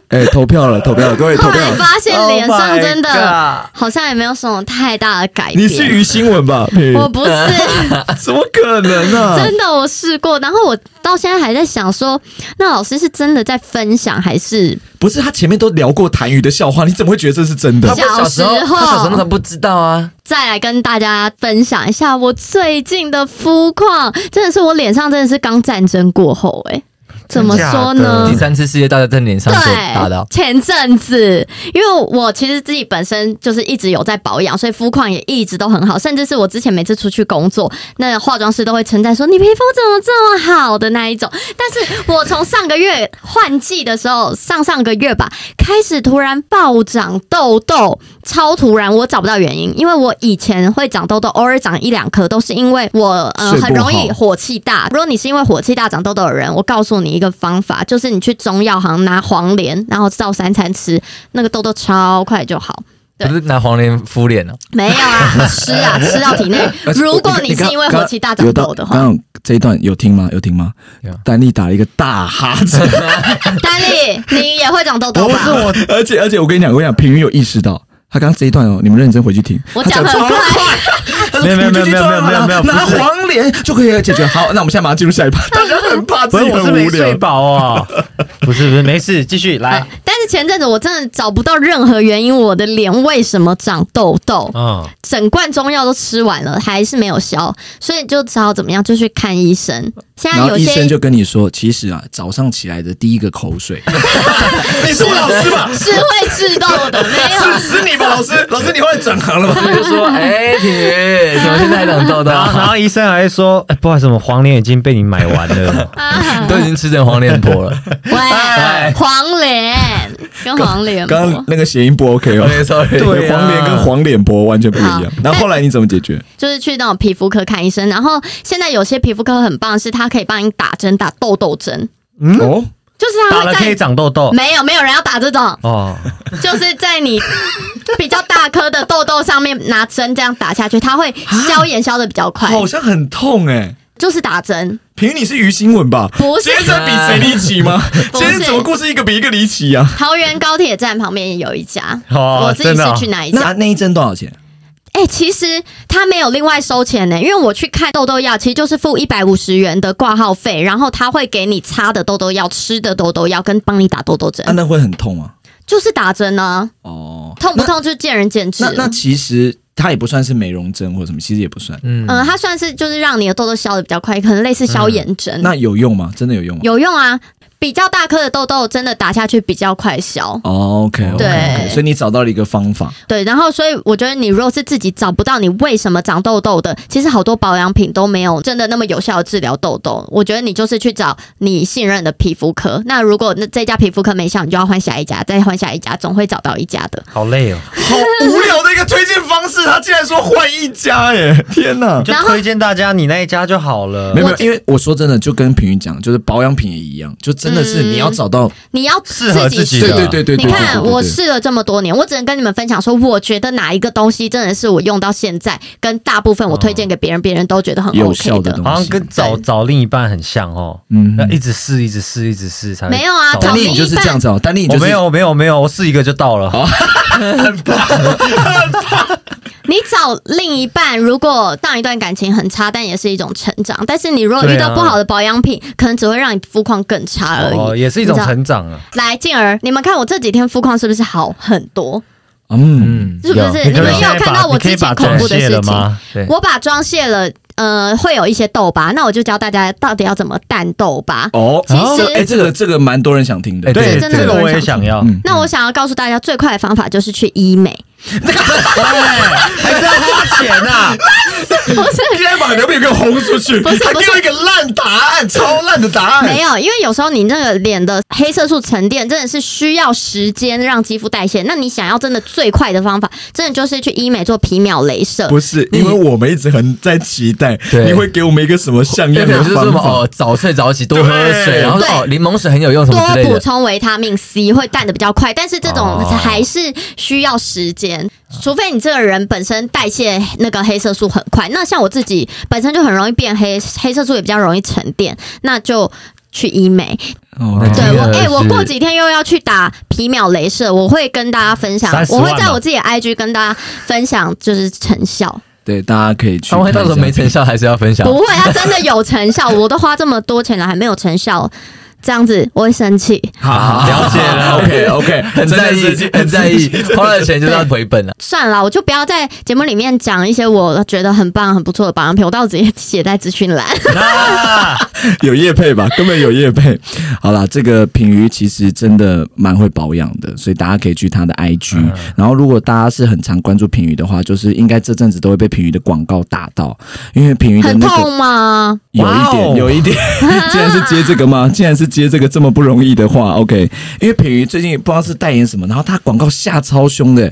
Speaker 1: 哎、投票了，投票了，各位
Speaker 2: 后
Speaker 1: 投票
Speaker 2: 来
Speaker 1: 了。
Speaker 2: 发现脸上真
Speaker 5: Oh my
Speaker 2: 的
Speaker 5: god
Speaker 2: 好像也没有什么太大的改
Speaker 1: 你是
Speaker 2: 变。
Speaker 1: 于新闻吧？佩
Speaker 2: 我不是。
Speaker 1: [laughs] 怎么可能呢、啊？
Speaker 2: [laughs] 真的，我试过，然后我到现在还在想说，那老师是真的在分享，还是
Speaker 1: 不是，他前面都聊过痰盂的笑话，你怎么会觉得这是真
Speaker 4: 他
Speaker 1: 的
Speaker 4: 不？是小时候，
Speaker 2: 小时候
Speaker 4: 啊他小时候他不知道啊。
Speaker 2: 再来跟大家分享一下我最近的肤况？真的是我脸上真的是刚战争过后、欸，怎么说呢
Speaker 4: 第？三次世界大战在脸上就打
Speaker 2: 嗯对
Speaker 4: 到，，
Speaker 2: 前阵子，因为我其实自己本身就是一直有在保养，所以肤况也一直都很好，甚至是我之前每次出去工作，那化妆师都会称赞说你皮肤怎么这么好的那一种。但是我从上个月换季的时候，上上个月吧，开始突然暴长痘痘，超突然，我找不到原因，因为我以前会长痘痘，偶尔长一两颗，都是因为我呃
Speaker 1: 睡不
Speaker 2: 很容易
Speaker 1: 好
Speaker 2: 火气大。如果你是因为火气大长痘痘的人，我告诉你一个方法，就是你去中药行拿黄连，然后照三餐吃，那个痘痘超快就好。对
Speaker 4: 不是拿黄连敷脸哦。
Speaker 2: 没有啊，吃啊，吃
Speaker 1: [laughs]
Speaker 2: 到体内。如果你是因为火气大长痘的
Speaker 1: 刚
Speaker 2: 话，
Speaker 1: 刚这一段有听吗？有听吗
Speaker 4: 有？
Speaker 1: 丹丽打了一个大哈欠，
Speaker 2: 丹丽，你也会长痘痘
Speaker 1: 不
Speaker 2: 吧？
Speaker 1: 是我，而且而且我跟你讲，我跟你讲，平云有意识到。他刚刚这一段哦，你们认真回去听。
Speaker 2: 我
Speaker 1: 他
Speaker 2: 讲
Speaker 1: 超
Speaker 2: 很快
Speaker 1: 快，
Speaker 5: 没有没有没有没有没有没有不
Speaker 1: 拿
Speaker 5: 是
Speaker 1: 黄连就可以解决。好，那我们现在马上进入下一趴。大家很怕
Speaker 5: 不
Speaker 1: 自
Speaker 5: 是
Speaker 1: 己
Speaker 5: 我
Speaker 1: 很
Speaker 5: 是没
Speaker 1: 无
Speaker 5: 睡
Speaker 1: 聊，
Speaker 5: 饱
Speaker 2: [laughs]
Speaker 5: 哦，不是不是没事，继续来
Speaker 2: 啊，但是前阵子我真的找不到任何原因，我的脸为什么长痘痘？
Speaker 1: 啊
Speaker 5: 嗯，
Speaker 2: 整罐中药都吃完了，还是没有消，所以就只好怎么样，就去看医生。现在
Speaker 1: 然后
Speaker 2: 有
Speaker 1: 医
Speaker 2: 些
Speaker 1: 生就跟你说，其实啊，早上起来的第一个口水，你是我老师吧？
Speaker 2: 是会治痘的，没有。
Speaker 1: 是是你吧，老师？老师，你后来转行了吧？
Speaker 4: 他就说：“哎，婷瑜，怎么现在长痘痘啊
Speaker 5: 然？后然后医生还会说，哎，不好意思，我们黄连已经被你买完
Speaker 2: [laughs]
Speaker 5: 了，
Speaker 1: [laughs]
Speaker 2: 啊，
Speaker 4: 都已经吃成黄脸婆了。
Speaker 5: 哎
Speaker 2: 喂，黄脸跟黄脸
Speaker 1: 刚刚
Speaker 2: 膜，
Speaker 1: 那个谐音不 OK
Speaker 4: [laughs]
Speaker 1: 哦。
Speaker 4: ”OK，sorry。
Speaker 5: [laughs] 对啊
Speaker 1: 黄脸跟黄脸婆完全不一样
Speaker 2: 好。
Speaker 1: 那后来你怎么解决？
Speaker 2: 就是去那种皮肤科看医生。然后现在有些皮肤科很棒，是它可以帮你打针，打痘痘针，
Speaker 5: 嗯
Speaker 1: 哦，
Speaker 2: 就是它
Speaker 5: 打哦
Speaker 2: 会
Speaker 5: 了可以
Speaker 2: 在。
Speaker 5: 长痘痘
Speaker 2: 没有，没有人要打这
Speaker 5: [laughs]
Speaker 2: 种，
Speaker 5: 哦，
Speaker 2: 就是在你比较大颗的痘痘上面拿针这样打下去，它会
Speaker 5: 啊
Speaker 2: 消炎消的比较快，
Speaker 1: 好像很痛哎。
Speaker 2: 就是打针，
Speaker 1: 凭你是于新闻吧？
Speaker 2: 不是
Speaker 1: 今天这比谁离奇吗？
Speaker 2: 不
Speaker 1: 今
Speaker 2: 是
Speaker 1: 天怎么故事一个比一个离奇啊？
Speaker 2: 桃园高铁站旁边也有一家，
Speaker 5: 哦
Speaker 2: 我自己
Speaker 5: 真的哦
Speaker 2: 是去哪一家？
Speaker 1: 那那一针多少钱？
Speaker 2: 哎、其实他没有另外收钱呢、因为我去看痘痘药，其实就是付一百五十元的挂号费，然后他会给你擦的痘痘药、吃的痘痘药跟帮你打痘痘针，
Speaker 1: 啊，那会很痛吗？
Speaker 2: 就是打针呢、
Speaker 1: 哦，
Speaker 2: 痛不痛就见仁见智
Speaker 1: 那那
Speaker 2: 了。
Speaker 1: 其实它也不算是美容针或者什么，其实也不算。
Speaker 4: 嗯
Speaker 2: 嗯，它算是就是让你的痘痘消的比较快，可能类似消炎针，
Speaker 1: 那有用吗？真的有用吗？
Speaker 2: 有用啊。比较大颗的痘痘真的打下去比较快消，
Speaker 1: 哦，OK，OK，OK，
Speaker 2: 对
Speaker 1: 所以你找到了一个方法。
Speaker 2: 对，然后所以我觉得你如果是自己找不到你为什么长痘痘的，其实好多保养品都没有真的那么有效的治疗痘痘。我觉得你就是去找你信任的皮肤科。那如果那这家皮肤科没效，你就要换下一家，再换下一家，总会找到一家的。
Speaker 5: 好累哦，
Speaker 1: 好无聊的一个推荐方式，他竟然说换一家
Speaker 5: 哎
Speaker 1: 耶！天哪！
Speaker 5: [laughs] 就
Speaker 2: 然后
Speaker 5: 推荐大家你那一家就好了
Speaker 1: 没，有，没
Speaker 2: 我
Speaker 1: 有因为我说真的，就跟平云讲，就是保养品也一样，就真的是
Speaker 2: 嗯
Speaker 1: 你要找到，
Speaker 2: 你要
Speaker 5: 适合自己
Speaker 2: 试
Speaker 5: 的对
Speaker 1: 对
Speaker 2: 你看，我试了这么多年，我只能跟你们分享说，我觉得哪一个东西真的是我用到现在，跟大部分我推荐给别人，别人都觉得很
Speaker 1: 啊有
Speaker 2: OK
Speaker 1: 效的
Speaker 2: 的。
Speaker 1: 东西，
Speaker 5: 好像跟找找另一半很像哦，
Speaker 1: 嗯
Speaker 5: 要一直试，一直试，一直试才
Speaker 2: 没有啊
Speaker 5: 找到
Speaker 1: 丹
Speaker 2: 找
Speaker 1: 丽你就是这样子哦，丹丽你
Speaker 5: 我
Speaker 1: 就是
Speaker 5: 没有没有没有，我试一个就到了。
Speaker 1: 啊
Speaker 2: 你找另一半，如果上一段感情很差，但也是一种成长。但是你如果遇到
Speaker 5: 对啊
Speaker 2: 不好的保养品，可能只会让你肤况更差而已。
Speaker 5: 哦，也是一
Speaker 2: 你
Speaker 5: 种
Speaker 2: 知道
Speaker 5: 成长啊。
Speaker 2: 来，静儿，你们看我这几天肤况是不是好很多？
Speaker 1: 嗯，
Speaker 4: 嗯
Speaker 2: 是不
Speaker 4: 有
Speaker 2: 是？
Speaker 5: 你
Speaker 2: 你
Speaker 5: 可
Speaker 2: 们
Speaker 5: 以
Speaker 2: 有
Speaker 5: 现在
Speaker 2: 看
Speaker 5: 把
Speaker 2: 到我
Speaker 5: 你可以
Speaker 2: 之前
Speaker 5: 把
Speaker 2: 恐
Speaker 5: 妆
Speaker 2: 怖的
Speaker 5: 卸
Speaker 2: 事
Speaker 5: 了
Speaker 2: 情？
Speaker 5: 吗？
Speaker 4: 对
Speaker 2: 我把妆卸了，呃，会有一些痘疤，那我就教大家到底要怎么淡痘疤。
Speaker 1: 哦，
Speaker 2: 其实
Speaker 1: 哎，这个这个蛮多人想听的
Speaker 4: 哎，对
Speaker 2: 真的
Speaker 5: 这个
Speaker 2: 有人
Speaker 5: 我也
Speaker 2: 想
Speaker 5: 想要。
Speaker 1: 嗯
Speaker 2: 那我想要告诉大家，最快的方法就是去医美。
Speaker 5: 还是要花 [laughs] 钱啊呐、
Speaker 2: 不是
Speaker 1: 今天把牛皮给我轰出去，
Speaker 2: 不是
Speaker 1: 他
Speaker 2: 不
Speaker 1: 给
Speaker 2: 是
Speaker 1: 我一个烂答案，超烂的答案。
Speaker 2: 没有，因为有时候你那个脸的黑色素沉淀真的是需要时间让肌肤代谢。那你想要真的最快的方法，真的就是去医美做皮秒镭射。
Speaker 1: 不是，因为我们一直很在期待
Speaker 4: 对
Speaker 1: 你会给我们一个什么像
Speaker 4: 对，
Speaker 1: 样
Speaker 4: 可
Speaker 1: 的
Speaker 4: 能就是
Speaker 1: 方
Speaker 4: 什么
Speaker 1: 法。
Speaker 4: 哦，早睡早起，多喝水，
Speaker 1: 对
Speaker 4: 然后说
Speaker 2: 对
Speaker 4: 哦，柠檬水很有用什么
Speaker 2: 多
Speaker 4: 之类
Speaker 2: 补
Speaker 4: 的。
Speaker 2: 充维他命 C 会淡的比较快，但是这种
Speaker 4: 哦
Speaker 2: 还是需要时间，除非你这个人本身代谢那个黑色素很快。那像我自己本身就很容易变黑，黑色素也比较容易沉淀，那就去医美。
Speaker 1: 哦
Speaker 4: 对
Speaker 2: 对我，
Speaker 4: 这个
Speaker 2: 哎、我
Speaker 4: 是
Speaker 2: 过几天又要去打皮秒镭射，我会跟大家分享
Speaker 5: 30万，
Speaker 2: 我会在
Speaker 5: 哦
Speaker 2: 我自己的 IG 跟大家分享就是成效。
Speaker 1: 对，大家可以去
Speaker 4: 他
Speaker 1: 看一下。
Speaker 4: 万一到时候没成效，还是要分享
Speaker 2: 不。会，它真的有成效，我都花这么多钱了，还没有成效，这样子我会生气。
Speaker 1: 好，好， [laughs]
Speaker 4: 啊
Speaker 1: 了解了。OK OK，
Speaker 4: [laughs] 很在意，很
Speaker 1: [laughs]
Speaker 4: 在意，花了钱就是要回本了。 [laughs]
Speaker 2: 算了，我就不要在节目里面讲一些我觉得很棒、很不错的保养品，我到直接写在资讯栏。
Speaker 1: [laughs] 有叶配吧，根本有叶配。好啦，这个品瑜其实真的蛮会保养的，所以大家可以去他的 IG、然后，
Speaker 2: 嗯
Speaker 1: 如果大家是很常关注品瑜的话，就是应该这阵子都会被品瑜的广告打到，因为品瑜的
Speaker 2: 很
Speaker 1: 那
Speaker 2: 痛
Speaker 1: 个
Speaker 2: 吗？
Speaker 1: 有一
Speaker 5: 哇
Speaker 1: 点，
Speaker 5: 哦
Speaker 1: 有一点， [laughs] 竟然是接这个
Speaker 2: [laughs]
Speaker 1: 吗？竟然是接这个这么不容易的话，OK？因为品瑜最近不知道是代言什么，然后他广告下超凶的。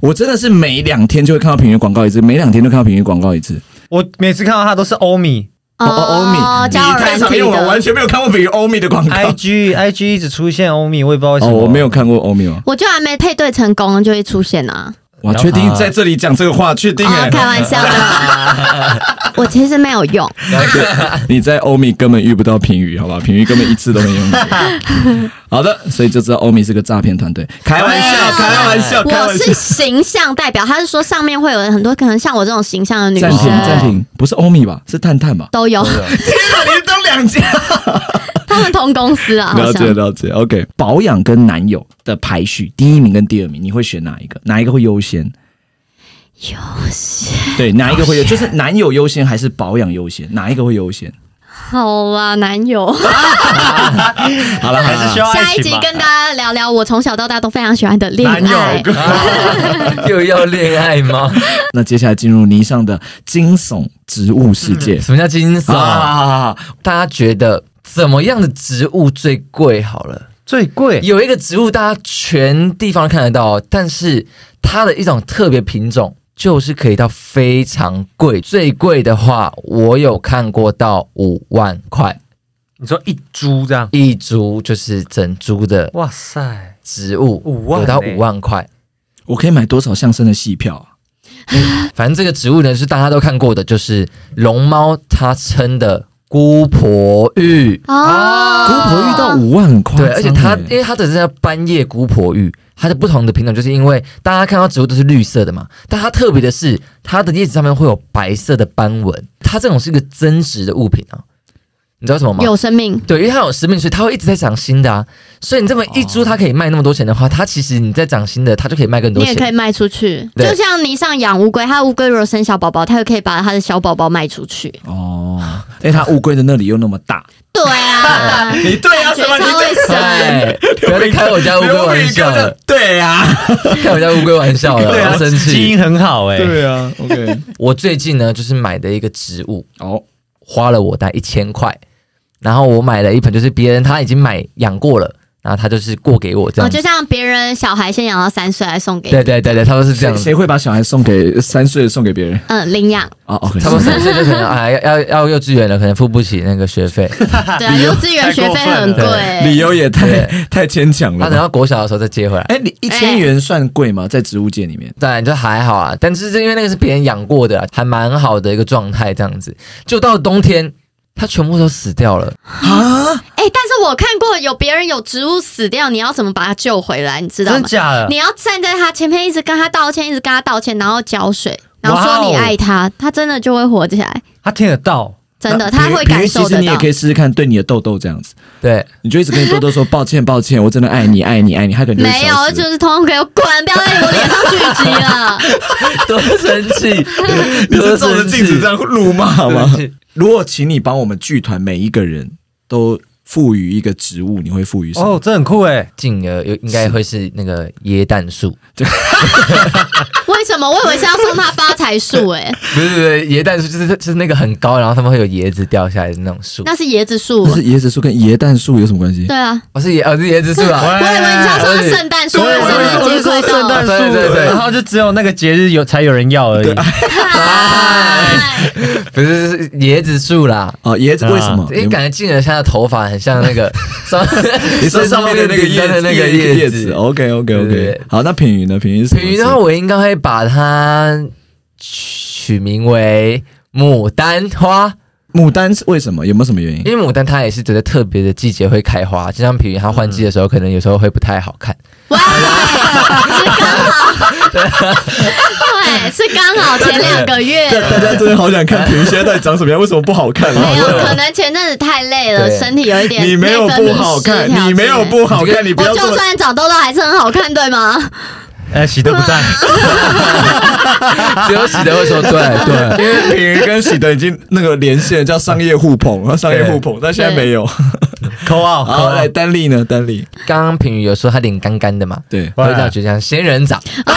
Speaker 1: 我真的是每两天就会看到品瑜广告一次，每两天都看到品瑜广告一次。
Speaker 5: 我每次看到他都是欧米
Speaker 1: 哦哦，欧米，
Speaker 2: 交友软体
Speaker 1: 因为我完
Speaker 2: 的。
Speaker 1: 全没有看过比欧米的广告。
Speaker 5: ，IG IG 一直出现欧米，我也不知道为什
Speaker 1: 哦，
Speaker 5: 么。
Speaker 1: 我没有看过欧米吗？
Speaker 2: 我就还没配对成功，就会出现啊！
Speaker 1: 哇，确定在这里讲这个话，确定
Speaker 2: 啊
Speaker 1: 哎、，
Speaker 2: 开玩笑的，我其实没有用。
Speaker 1: [laughs] 你在欧米根本遇不到评语，好吧？评语根本一次都没用。
Speaker 5: [laughs]
Speaker 1: 好的，所以就知道欧米是个诈骗团队。哎
Speaker 2: 哎
Speaker 1: 开玩笑，开玩笑，开
Speaker 2: 我
Speaker 1: 玩笑。
Speaker 2: 是形象代表，他是说上面会有很多可能像我这种形象的女
Speaker 1: 暂停，暂
Speaker 2: 生
Speaker 1: 停，不是欧米吧？是探探吧？
Speaker 2: 都有，
Speaker 1: 天哪，你们都两家。
Speaker 2: 他们同公司啊，好
Speaker 1: [laughs] 了解
Speaker 2: 像
Speaker 1: 了解，OK。保养跟男友的排序，第一名跟第二名，你会选哪一个？哪一个会优先？
Speaker 2: 优
Speaker 1: 先对，哪一个会优？就是男友优先还是保养优先？哪一个会优先？
Speaker 2: 好啦，男友。
Speaker 1: 好了，
Speaker 5: 还是需要
Speaker 2: 下
Speaker 5: 爱
Speaker 2: 一
Speaker 5: 情
Speaker 2: 集
Speaker 5: 吧。
Speaker 2: 跟大家聊聊我从小到大都非常喜欢的恋爱。
Speaker 4: 啊又要恋爱吗？
Speaker 1: 那接下来进入泥上的惊悚植物世界。
Speaker 4: 什么叫惊
Speaker 1: 好好
Speaker 4: 悚？
Speaker 1: 好好好，
Speaker 4: 大家觉得怎么样的植物最贵？好了，
Speaker 5: 最贵
Speaker 4: 有一个植物大家全地方都看得到哦，但是它的一种特别品种就是可以到非常贵，最贵的话我有看过到五万块
Speaker 5: 你说一株这样？
Speaker 4: 一株，就是整株的
Speaker 5: 哇塞，
Speaker 4: 植物，
Speaker 5: 五万
Speaker 4: 有到
Speaker 5: 欸
Speaker 4: 五万块。
Speaker 1: 我可以买多少相声的戏票啊？
Speaker 4: 反正这个植物呢是大家都看过的，就是龙猫它称的姑婆芋。
Speaker 2: 哦，
Speaker 1: 姑婆遇到五万很夸张欸，
Speaker 4: 啊对，而且它因为它只是叫斑叶姑婆芋，它的不同的品种，就是因为大家看到植物都是绿色的嘛，但它特别的是它的叶子上面会有白色的斑纹，它这种是一个真实的物品啊，你知道什么吗？
Speaker 2: 有生命，
Speaker 4: 对，因为它有生命，所以它会一直在长新的啊。所以你这么一株，它可以卖那么多钱的话，它其实你在长新的，它就可以卖更
Speaker 2: 你
Speaker 4: 多
Speaker 2: 也可以
Speaker 4: 钱。
Speaker 2: 卖出去。
Speaker 4: 对
Speaker 2: 就像你上养乌龟，它乌龟如果生小宝宝，它就可以把它的小宝宝卖
Speaker 1: [laughs]
Speaker 2: 出去。
Speaker 1: 哦，哎，它乌龟的那里又那么大，
Speaker 2: 对啊，
Speaker 1: 你对啊，
Speaker 2: 感
Speaker 1: 什
Speaker 2: 觉
Speaker 1: 么？你
Speaker 2: 超
Speaker 1: 对
Speaker 2: 会生。
Speaker 4: 哎，
Speaker 5: [laughs]
Speaker 4: 不要再开我家乌龟玩笑了，
Speaker 1: 对呀，
Speaker 4: 啊开我家乌龟玩笑了，
Speaker 5: 对
Speaker 4: 我
Speaker 5: 啊，
Speaker 4: 要生
Speaker 5: 基
Speaker 4: 气。
Speaker 5: 因很好哎、
Speaker 1: 啊，OK，
Speaker 4: 我最近呢，就是买的一个植物，
Speaker 1: 哦，
Speaker 4: 花了我大概一千块，然后我买了一盆，就是别人他已经买养过了，然后他就是过给我这
Speaker 2: 哦，
Speaker 4: 样
Speaker 2: 就
Speaker 4: 子。
Speaker 2: 像别人小孩先养到三岁来送给你
Speaker 4: 对，对对对，他们是这样
Speaker 1: 谁
Speaker 4: 子，
Speaker 1: 谁会把小孩送给三岁的送给别人
Speaker 2: 嗯，领养，
Speaker 1: 啊？OK，
Speaker 4: 他们三岁就可能啊要要要幼稚园了，可能付不起那个学费，
Speaker 5: [laughs]
Speaker 2: 对啊，幼稚园学费很
Speaker 5: 太过
Speaker 1: 理
Speaker 2: 贵。
Speaker 1: 由也太太牵强
Speaker 5: 嗯
Speaker 1: 了
Speaker 4: 他啊等
Speaker 1: 吧。
Speaker 4: 到国小的时候再接回来。
Speaker 1: 哎，你一千元算贵吗？在植物界里面，
Speaker 4: 当然就还好啊，但是因为那个是别人养过的啊，还蛮好的一个状态，这样子。就到冬天，它全部都死掉了。
Speaker 2: 哎，但是我看过有别人有植物死掉，你要怎么把它救回来？你知道吗
Speaker 5: 真的？假的
Speaker 2: 你？要站在他前面，一直跟他道歉，一直跟他道歉，然
Speaker 1: 哦
Speaker 2: 后浇水，然后说你爱他，他真的就会活起来，
Speaker 5: 他听得到，
Speaker 2: 真的，
Speaker 1: 那
Speaker 2: 他
Speaker 1: 比如
Speaker 2: 会
Speaker 1: 比如
Speaker 2: 感受
Speaker 1: 其实
Speaker 2: 得
Speaker 1: 你也
Speaker 2: 到
Speaker 1: 可。以试试看，对你的痘痘这样子，
Speaker 4: 对，
Speaker 1: 你就一直跟你痘痘说抱歉，抱歉，我真的爱你，爱你，爱你，他可能就会
Speaker 2: 没
Speaker 1: 消
Speaker 2: 有，
Speaker 1: 失
Speaker 2: 就是通通给我滚，不要在我脸上聚集了。
Speaker 1: [laughs]
Speaker 4: [laughs] 多生气，
Speaker 1: 你是
Speaker 4: 多
Speaker 1: 照着
Speaker 4: 生
Speaker 1: 镜子
Speaker 4: 气
Speaker 1: 这。样怒骂吗
Speaker 4: 是？
Speaker 1: 如果请你帮我们剧团每一个人都赋予一个植物，你会赋予什么？
Speaker 5: 哦，这很酷哎，
Speaker 4: 进而有应该会是那个椰蛋树，
Speaker 2: 为什么？我以为是要送他发财树，
Speaker 1: [laughs]
Speaker 2: 哎，
Speaker 4: 不是不是椰蛋树，就是就是那个很高，然后他们会有椰子掉下来的那种树。
Speaker 2: 那是椰子树
Speaker 1: 不。是椰子树跟椰蛋树有什么关系？
Speaker 2: 对啊，
Speaker 4: 我是椰，哦是椰子树啊，
Speaker 1: 哎
Speaker 2: 我以为你要送他圣诞树，因为圣诞节快到
Speaker 1: 啊
Speaker 2: 了。
Speaker 4: 对对对
Speaker 5: 然后就只有那个节日有才有人要而已。
Speaker 2: 嗨
Speaker 4: [laughs] 不是是椰子树啦。
Speaker 1: 哦，椰子
Speaker 5: 啊
Speaker 1: 为什么？
Speaker 4: 因为感觉进而他的头发很像那个上，
Speaker 1: 你
Speaker 4: 哦 [laughs] 你
Speaker 1: 身上面的那个
Speaker 4: 顶端的那个
Speaker 1: 叶
Speaker 4: 叶
Speaker 1: 子
Speaker 4: 子。哦
Speaker 1: ，OK OK
Speaker 4: 对对
Speaker 1: OK
Speaker 4: 对。
Speaker 1: 好，那品鱼呢？品鱼是什么
Speaker 4: 品鱼的话，我应该会把它取名为牡丹花，
Speaker 1: 牡丹是为什么？有没有什么原因？
Speaker 4: 因为牡丹它也是觉得特别的季节会开花，就像品鱼它换季的时候，可能有时候会不太好看。
Speaker 2: 喂，是刚好，对，是刚好前两个
Speaker 1: 对，
Speaker 2: 月。
Speaker 1: 大家真的好想看品鱼现在到底长什么样？为什么不好看？
Speaker 2: 没有，可能前阵子太累了，
Speaker 4: 对
Speaker 2: 身体有一点
Speaker 1: 你没有
Speaker 2: 内分泌
Speaker 1: 不好
Speaker 2: 失
Speaker 1: 看，
Speaker 2: 调
Speaker 1: 你没有
Speaker 2: 之类
Speaker 1: 不好看，你不
Speaker 2: 的。
Speaker 1: 要
Speaker 2: 我
Speaker 1: 这
Speaker 2: 就
Speaker 1: 么。
Speaker 2: 算长痘痘还是很好看，对
Speaker 1: [laughs]
Speaker 2: 吗？
Speaker 5: 哎，喜德不在，
Speaker 4: 只有喜德会说对
Speaker 1: [laughs]
Speaker 4: 对，
Speaker 1: 因为品鱼跟喜德已经那个连线叫商业互捧，然后商业互捧，但现在没有。
Speaker 5: 扣奥扣
Speaker 1: 好，
Speaker 5: 奥
Speaker 1: 来，丹丽呢？丹丽，
Speaker 4: 嗯刚刚品鱼有说它脸干干的嘛，
Speaker 1: 对，
Speaker 4: 我会这样觉得像仙人掌。
Speaker 2: 啊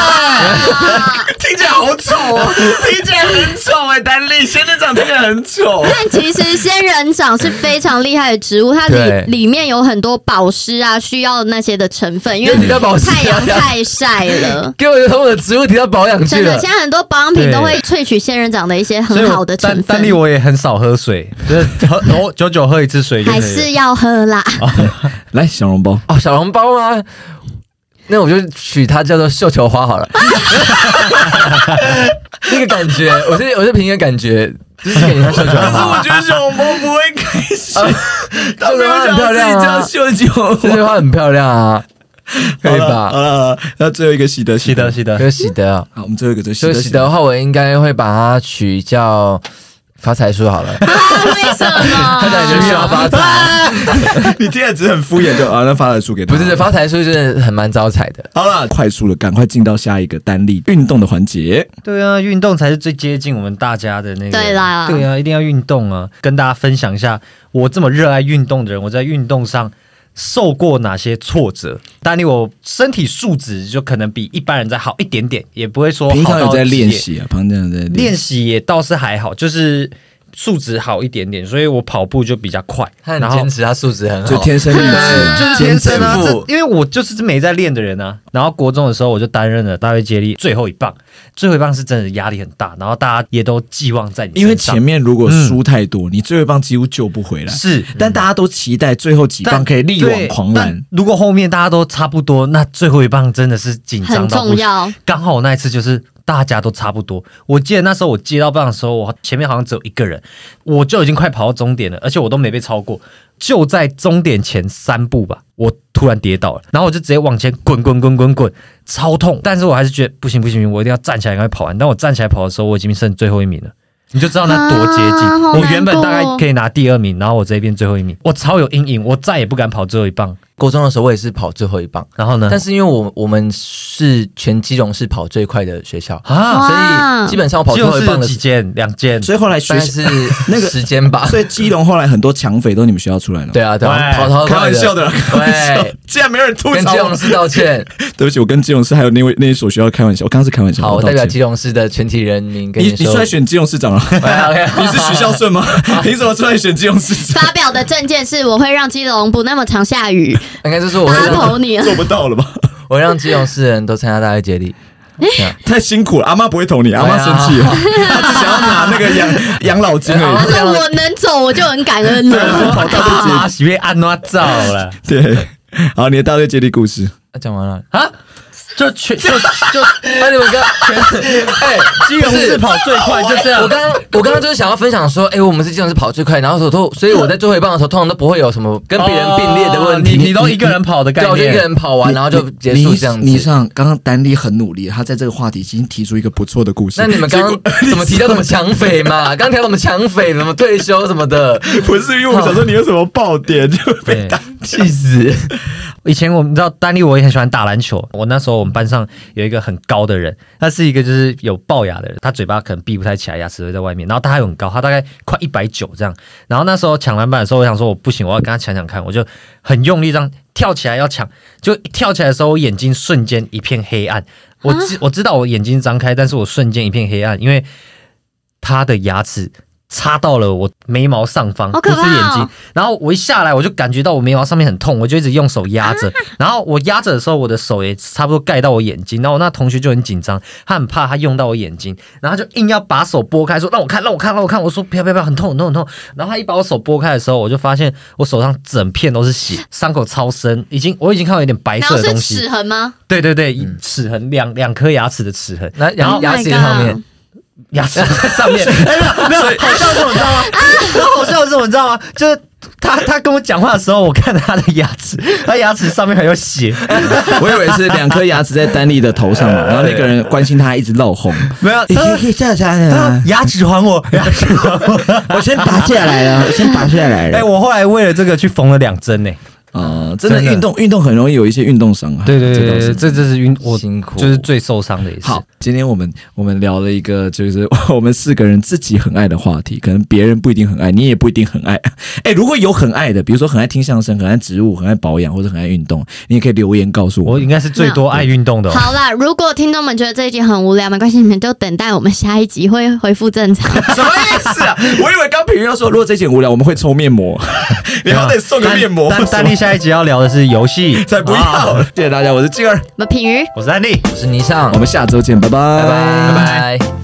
Speaker 1: 听起来好丑哦，听起来很丑哎，丹丽，仙人掌听起来很丑。
Speaker 2: [laughs] 但其实仙人掌是非常厉害的植物，它
Speaker 4: 对
Speaker 2: 里里面有很多保湿啊，需要那些的成分，因为
Speaker 4: 提到保湿啊
Speaker 2: 太
Speaker 1: [laughs]
Speaker 2: 阳太晒了。
Speaker 4: 给我从我的植物提到保养去
Speaker 2: 真的，
Speaker 4: 了
Speaker 2: 现。在很多保养品都会萃取仙人掌的一些很好的成
Speaker 5: 丹丹
Speaker 2: 分
Speaker 5: 力，我也很少喝水，就是
Speaker 1: [laughs]
Speaker 5: 喝我久久喝一次水就可以
Speaker 2: 还
Speaker 5: 了。
Speaker 2: 是要喝啦。
Speaker 1: 来，小笼包，
Speaker 4: 哦，小笼包吗？那我就取它叫做绣球花 [laughs] 好了。那个感觉，我是我是凭一个感觉，就是感觉像绣球花。 [laughs]
Speaker 1: 觉得小笼包不会开心，他
Speaker 4: 没有想到自己这样
Speaker 1: 秀酒
Speaker 4: 这句话很漂亮啊， [laughs] 可以吧？
Speaker 1: 呃，那最后一个喜德，
Speaker 5: 喜德喜德
Speaker 4: 可，是喜德哦，
Speaker 1: 好，我们最后一个就
Speaker 4: 所以喜德的话，我应该会把它取叫发财树好了。
Speaker 2: 啊为什么？
Speaker 4: [laughs] 他感觉需要发财，
Speaker 1: [laughs] 你听起来只是很敷衍，就啊，那发了书给他。
Speaker 4: 不是发财树真的很蛮招财的。
Speaker 1: 好了，快速的，赶快进到下一个单例运动的环节。
Speaker 5: 对啊，运动才是最接近我们大家的那个。
Speaker 2: 对啦
Speaker 5: 对啊，一定要运动啊！跟大家分享一下，我这么热爱运动的人，我在运动上受过哪些挫折？但你我身体素质就可能比一般人再好一点点，也不会说
Speaker 1: 平
Speaker 5: 哦好
Speaker 1: 常
Speaker 5: 到
Speaker 1: 有在
Speaker 5: 极点
Speaker 1: 练习啊，平常有在
Speaker 4: 嗯
Speaker 5: 练
Speaker 1: 练。
Speaker 5: 习也倒是还好，就是素质好一点点，所以我跑步就比较快。
Speaker 4: 他
Speaker 5: 然
Speaker 4: 很
Speaker 5: 后
Speaker 4: 坚持，他素质很
Speaker 1: 就
Speaker 4: 好。
Speaker 1: 天生丽
Speaker 5: 对，就
Speaker 1: 质，
Speaker 5: 是
Speaker 1: 坚
Speaker 5: 天
Speaker 1: 持
Speaker 5: 生啊，这
Speaker 1: 不
Speaker 5: 因为我就是没在练的人啊。然后国中的时候，我就担任了大卫接力最后一棒，最后一棒是真的压力很大，然后大家也都寄望在你
Speaker 1: 因为
Speaker 5: 身上
Speaker 1: 前面如果输太多，你最后一棒几乎救不回来。
Speaker 5: 是。
Speaker 1: 但大家都期待最后几棒可以力挽狂。
Speaker 5: 对
Speaker 1: 澜
Speaker 5: 但。如果后面大家都差不多，那最后一棒真的是紧张
Speaker 2: 很
Speaker 5: 到不
Speaker 2: 重
Speaker 5: 行。
Speaker 2: 要，
Speaker 5: 刚好我那一次就是大家都差不多。我记得那时候我接到棒的时候，我前面好像只有一个人，我就已经快跑到终点了，而且我都没被超过。就在终点前三步吧，我突然跌倒了，然后我就直接往前滚滚滚滚滚，超痛。但是我还是觉得不行不行，不行我一定要站起来赶快跑完。但我站起来跑的时候，我已经剩最后一名了。你就知道那多接近。
Speaker 2: 啊好难过
Speaker 5: 我原本大概可以拿第二名，然后我这边最后一名，我超有阴影，我再也不敢跑最后一棒。
Speaker 4: 国中的时候，我也是跑最后一棒，
Speaker 5: 然
Speaker 1: 嗯
Speaker 5: 后呢？
Speaker 4: 但是因为我我们是全基隆市跑最快的学校，
Speaker 5: 啊，
Speaker 4: 所以基本上我跑最后
Speaker 5: 就
Speaker 4: 一
Speaker 5: 是
Speaker 4: 棒
Speaker 5: 有
Speaker 4: 的
Speaker 5: 几件，两件，
Speaker 1: 所以后来学
Speaker 4: 但
Speaker 1: 校，
Speaker 4: 是 [laughs]
Speaker 1: 那
Speaker 4: 那
Speaker 1: 个
Speaker 4: 个时间吧。
Speaker 1: 所以基隆后来很多抢匪都你们学校出来了。
Speaker 4: [laughs] 对，啊，对啊，
Speaker 5: 喂
Speaker 4: 跑逃
Speaker 1: 开玩笑的啦，开玩笑
Speaker 4: 对
Speaker 1: 的。，竟然没有人吐
Speaker 4: 跟
Speaker 1: 槽
Speaker 4: 基
Speaker 1: 我
Speaker 4: 隆。市道
Speaker 1: [laughs]
Speaker 4: 歉，
Speaker 1: 对不起，我跟基隆市还有那位那一所学校开玩笑，我刚刚是开玩笑。
Speaker 4: 好，我
Speaker 1: 道
Speaker 4: 代
Speaker 1: 歉
Speaker 4: 表基隆市的全体人民跟
Speaker 1: 你
Speaker 4: 你
Speaker 1: 你出
Speaker 4: 说哎
Speaker 1: 来，选基隆市长
Speaker 4: [laughs]
Speaker 1: 了？ [laughs] 你是许孝顺吗？凭什么出来选基隆市长？
Speaker 4: [laughs]
Speaker 2: 发表的证件是我会让基隆不那么常下雨，
Speaker 4: 应该就是我会
Speaker 2: 他
Speaker 4: 让
Speaker 2: 投你了。
Speaker 1: 做不到了吧？
Speaker 4: 我会让基隆市人都参加大会接力，
Speaker 1: 太辛苦了，阿妈不会投你，
Speaker 4: 啊
Speaker 1: 阿妈生
Speaker 4: [laughs]
Speaker 1: 气了，她只想要拿那个养养老金
Speaker 4: 哎
Speaker 2: 他
Speaker 1: 而
Speaker 4: 好
Speaker 1: 已。
Speaker 2: 说我能走，我就很感恩了。
Speaker 5: 跑到
Speaker 1: 啊
Speaker 5: 马喜被安娜照了
Speaker 1: 对，好，你的大队接力故事，
Speaker 4: 啊，讲完了，
Speaker 5: 啊！就全就就
Speaker 4: 啊，你们刚， [laughs] 哎，
Speaker 5: 基隆市跑哎最快，就这
Speaker 4: 我
Speaker 5: 样。
Speaker 4: 刚刚我刚刚就是想要分享说，哎，我们是基隆市跑最快，然后所以都所以我在最后一棒的时候，通常都不会有什么跟别人并列的问题，
Speaker 5: 哦你你都一个人跑的概
Speaker 4: 对，我就一个
Speaker 5: 念，
Speaker 4: 人跑完，然后就结束这样
Speaker 1: 你
Speaker 4: 子。
Speaker 1: 上刚刚丹妮很努力，她在这个话题已经提出一个不错的故事。
Speaker 4: 那你们刚
Speaker 1: 结果 [laughs]
Speaker 5: [laughs]
Speaker 4: 刚怎么提到什么抢匪嘛？刚刚提到什么抢匪，什么退休什么的，
Speaker 1: 不是因为我想说你有什么爆点就被
Speaker 5: 对
Speaker 1: 打
Speaker 4: 气死！
Speaker 5: 以前我们知道丹尼，我也很喜欢打篮球。我那时候我们班上有一个很高的人，他是一个就是有龅牙的人，他嘴巴可能闭不太起来，牙齿会在外面。然后他又很高，他大概快一百九这样。然后那时候抢篮板的时候，我想说我不行，我要跟他抢抢看，我就很用力这样跳起来要抢。就一跳起来的时候，我眼睛瞬间一片黑暗。我知我知道我眼睛张开，但是我瞬间一片黑暗，因为他的牙齿插到了我眉毛上方，
Speaker 2: 好
Speaker 5: 不
Speaker 2: 可
Speaker 5: 是
Speaker 2: 怕哦
Speaker 5: 眼睛。然后我一下来，我就感觉到我眉毛上面很痛，我就一直用手
Speaker 4: [laughs]
Speaker 5: 压着。然后我压着的时候，我的手也差不多盖到我眼睛。然后我那同学就很紧张，他很怕他用到我眼睛，然后他就硬要把手拨开，说让我看，让我看，让我看。我说不要不要不要，很痛很痛很痛。然后他一把我手拨开的时候，我就发现我手上整片都是血，伤口超深，已经我已经看到有点白
Speaker 2: 然
Speaker 5: 色
Speaker 2: 后
Speaker 5: 的
Speaker 2: 是
Speaker 5: 东西。
Speaker 2: 齿痕吗？
Speaker 5: 对对对，齿痕两两颗牙齿的齿痕，
Speaker 4: 那
Speaker 5: 然
Speaker 4: 牙
Speaker 5: 后
Speaker 4: 牙
Speaker 2: Oh
Speaker 4: 齿
Speaker 2: my
Speaker 4: 也上面
Speaker 2: God，
Speaker 5: 牙齿在上 [laughs] 面。哎没有，没有，好笑是什么你知道吗？然后好笑是什么你知道吗？就是他他跟我讲话的时候，我看他的牙齿，他牙齿上面还有血。
Speaker 1: [laughs] 我以为是两颗牙齿在丹尼的头上嘛，然后那个人关心他，一直漏红。
Speaker 5: [laughs]
Speaker 1: [laughs]
Speaker 5: 没有，他说
Speaker 1: 嘿嘿，下下
Speaker 5: 他说牙齿还我，嗯 [laughs] 牙齿还我。
Speaker 1: 我先拔下来了，我先拔下来
Speaker 5: 哎，
Speaker 1: 了。
Speaker 5: 我后来为了这个去缝了两针呢。
Speaker 1: 啊，真的
Speaker 5: 真的
Speaker 1: 运动运动很容易有一些运动伤害。这倒是
Speaker 5: 这这是晕，我
Speaker 4: 辛苦
Speaker 5: 就是最受伤的一次。
Speaker 1: 好，，今天我们我们聊了一个就是 [laughs] 我们四个人自己很爱的话题，可能别人不一定很爱，你也不一定很爱。 [laughs] 哎、如果有很爱的，比如说很爱听相声、很爱植物、很爱保养或者很爱运动，你也可以留言告诉我
Speaker 5: 我应该是最多爱运动的哦。
Speaker 2: 好啦，如果听众们觉得这一集很无聊，没关系，你们就等待我们下一集会恢复正常。 [laughs]
Speaker 1: [laughs] 什么意思啊？我以为刚平要说，如果这件无聊，我们会抽面膜， [laughs] 你好歹送个面膜。
Speaker 5: 丹丹丹立下一集要聊的是游戏，
Speaker 1: [laughs] 才不
Speaker 5: 好
Speaker 1: 要！谢谢大家，我是静儿，
Speaker 2: 我们品鱼。
Speaker 5: 我是丹立。
Speaker 4: 我是霓裳
Speaker 1: 我，们下周见，拜拜，
Speaker 4: 拜拜。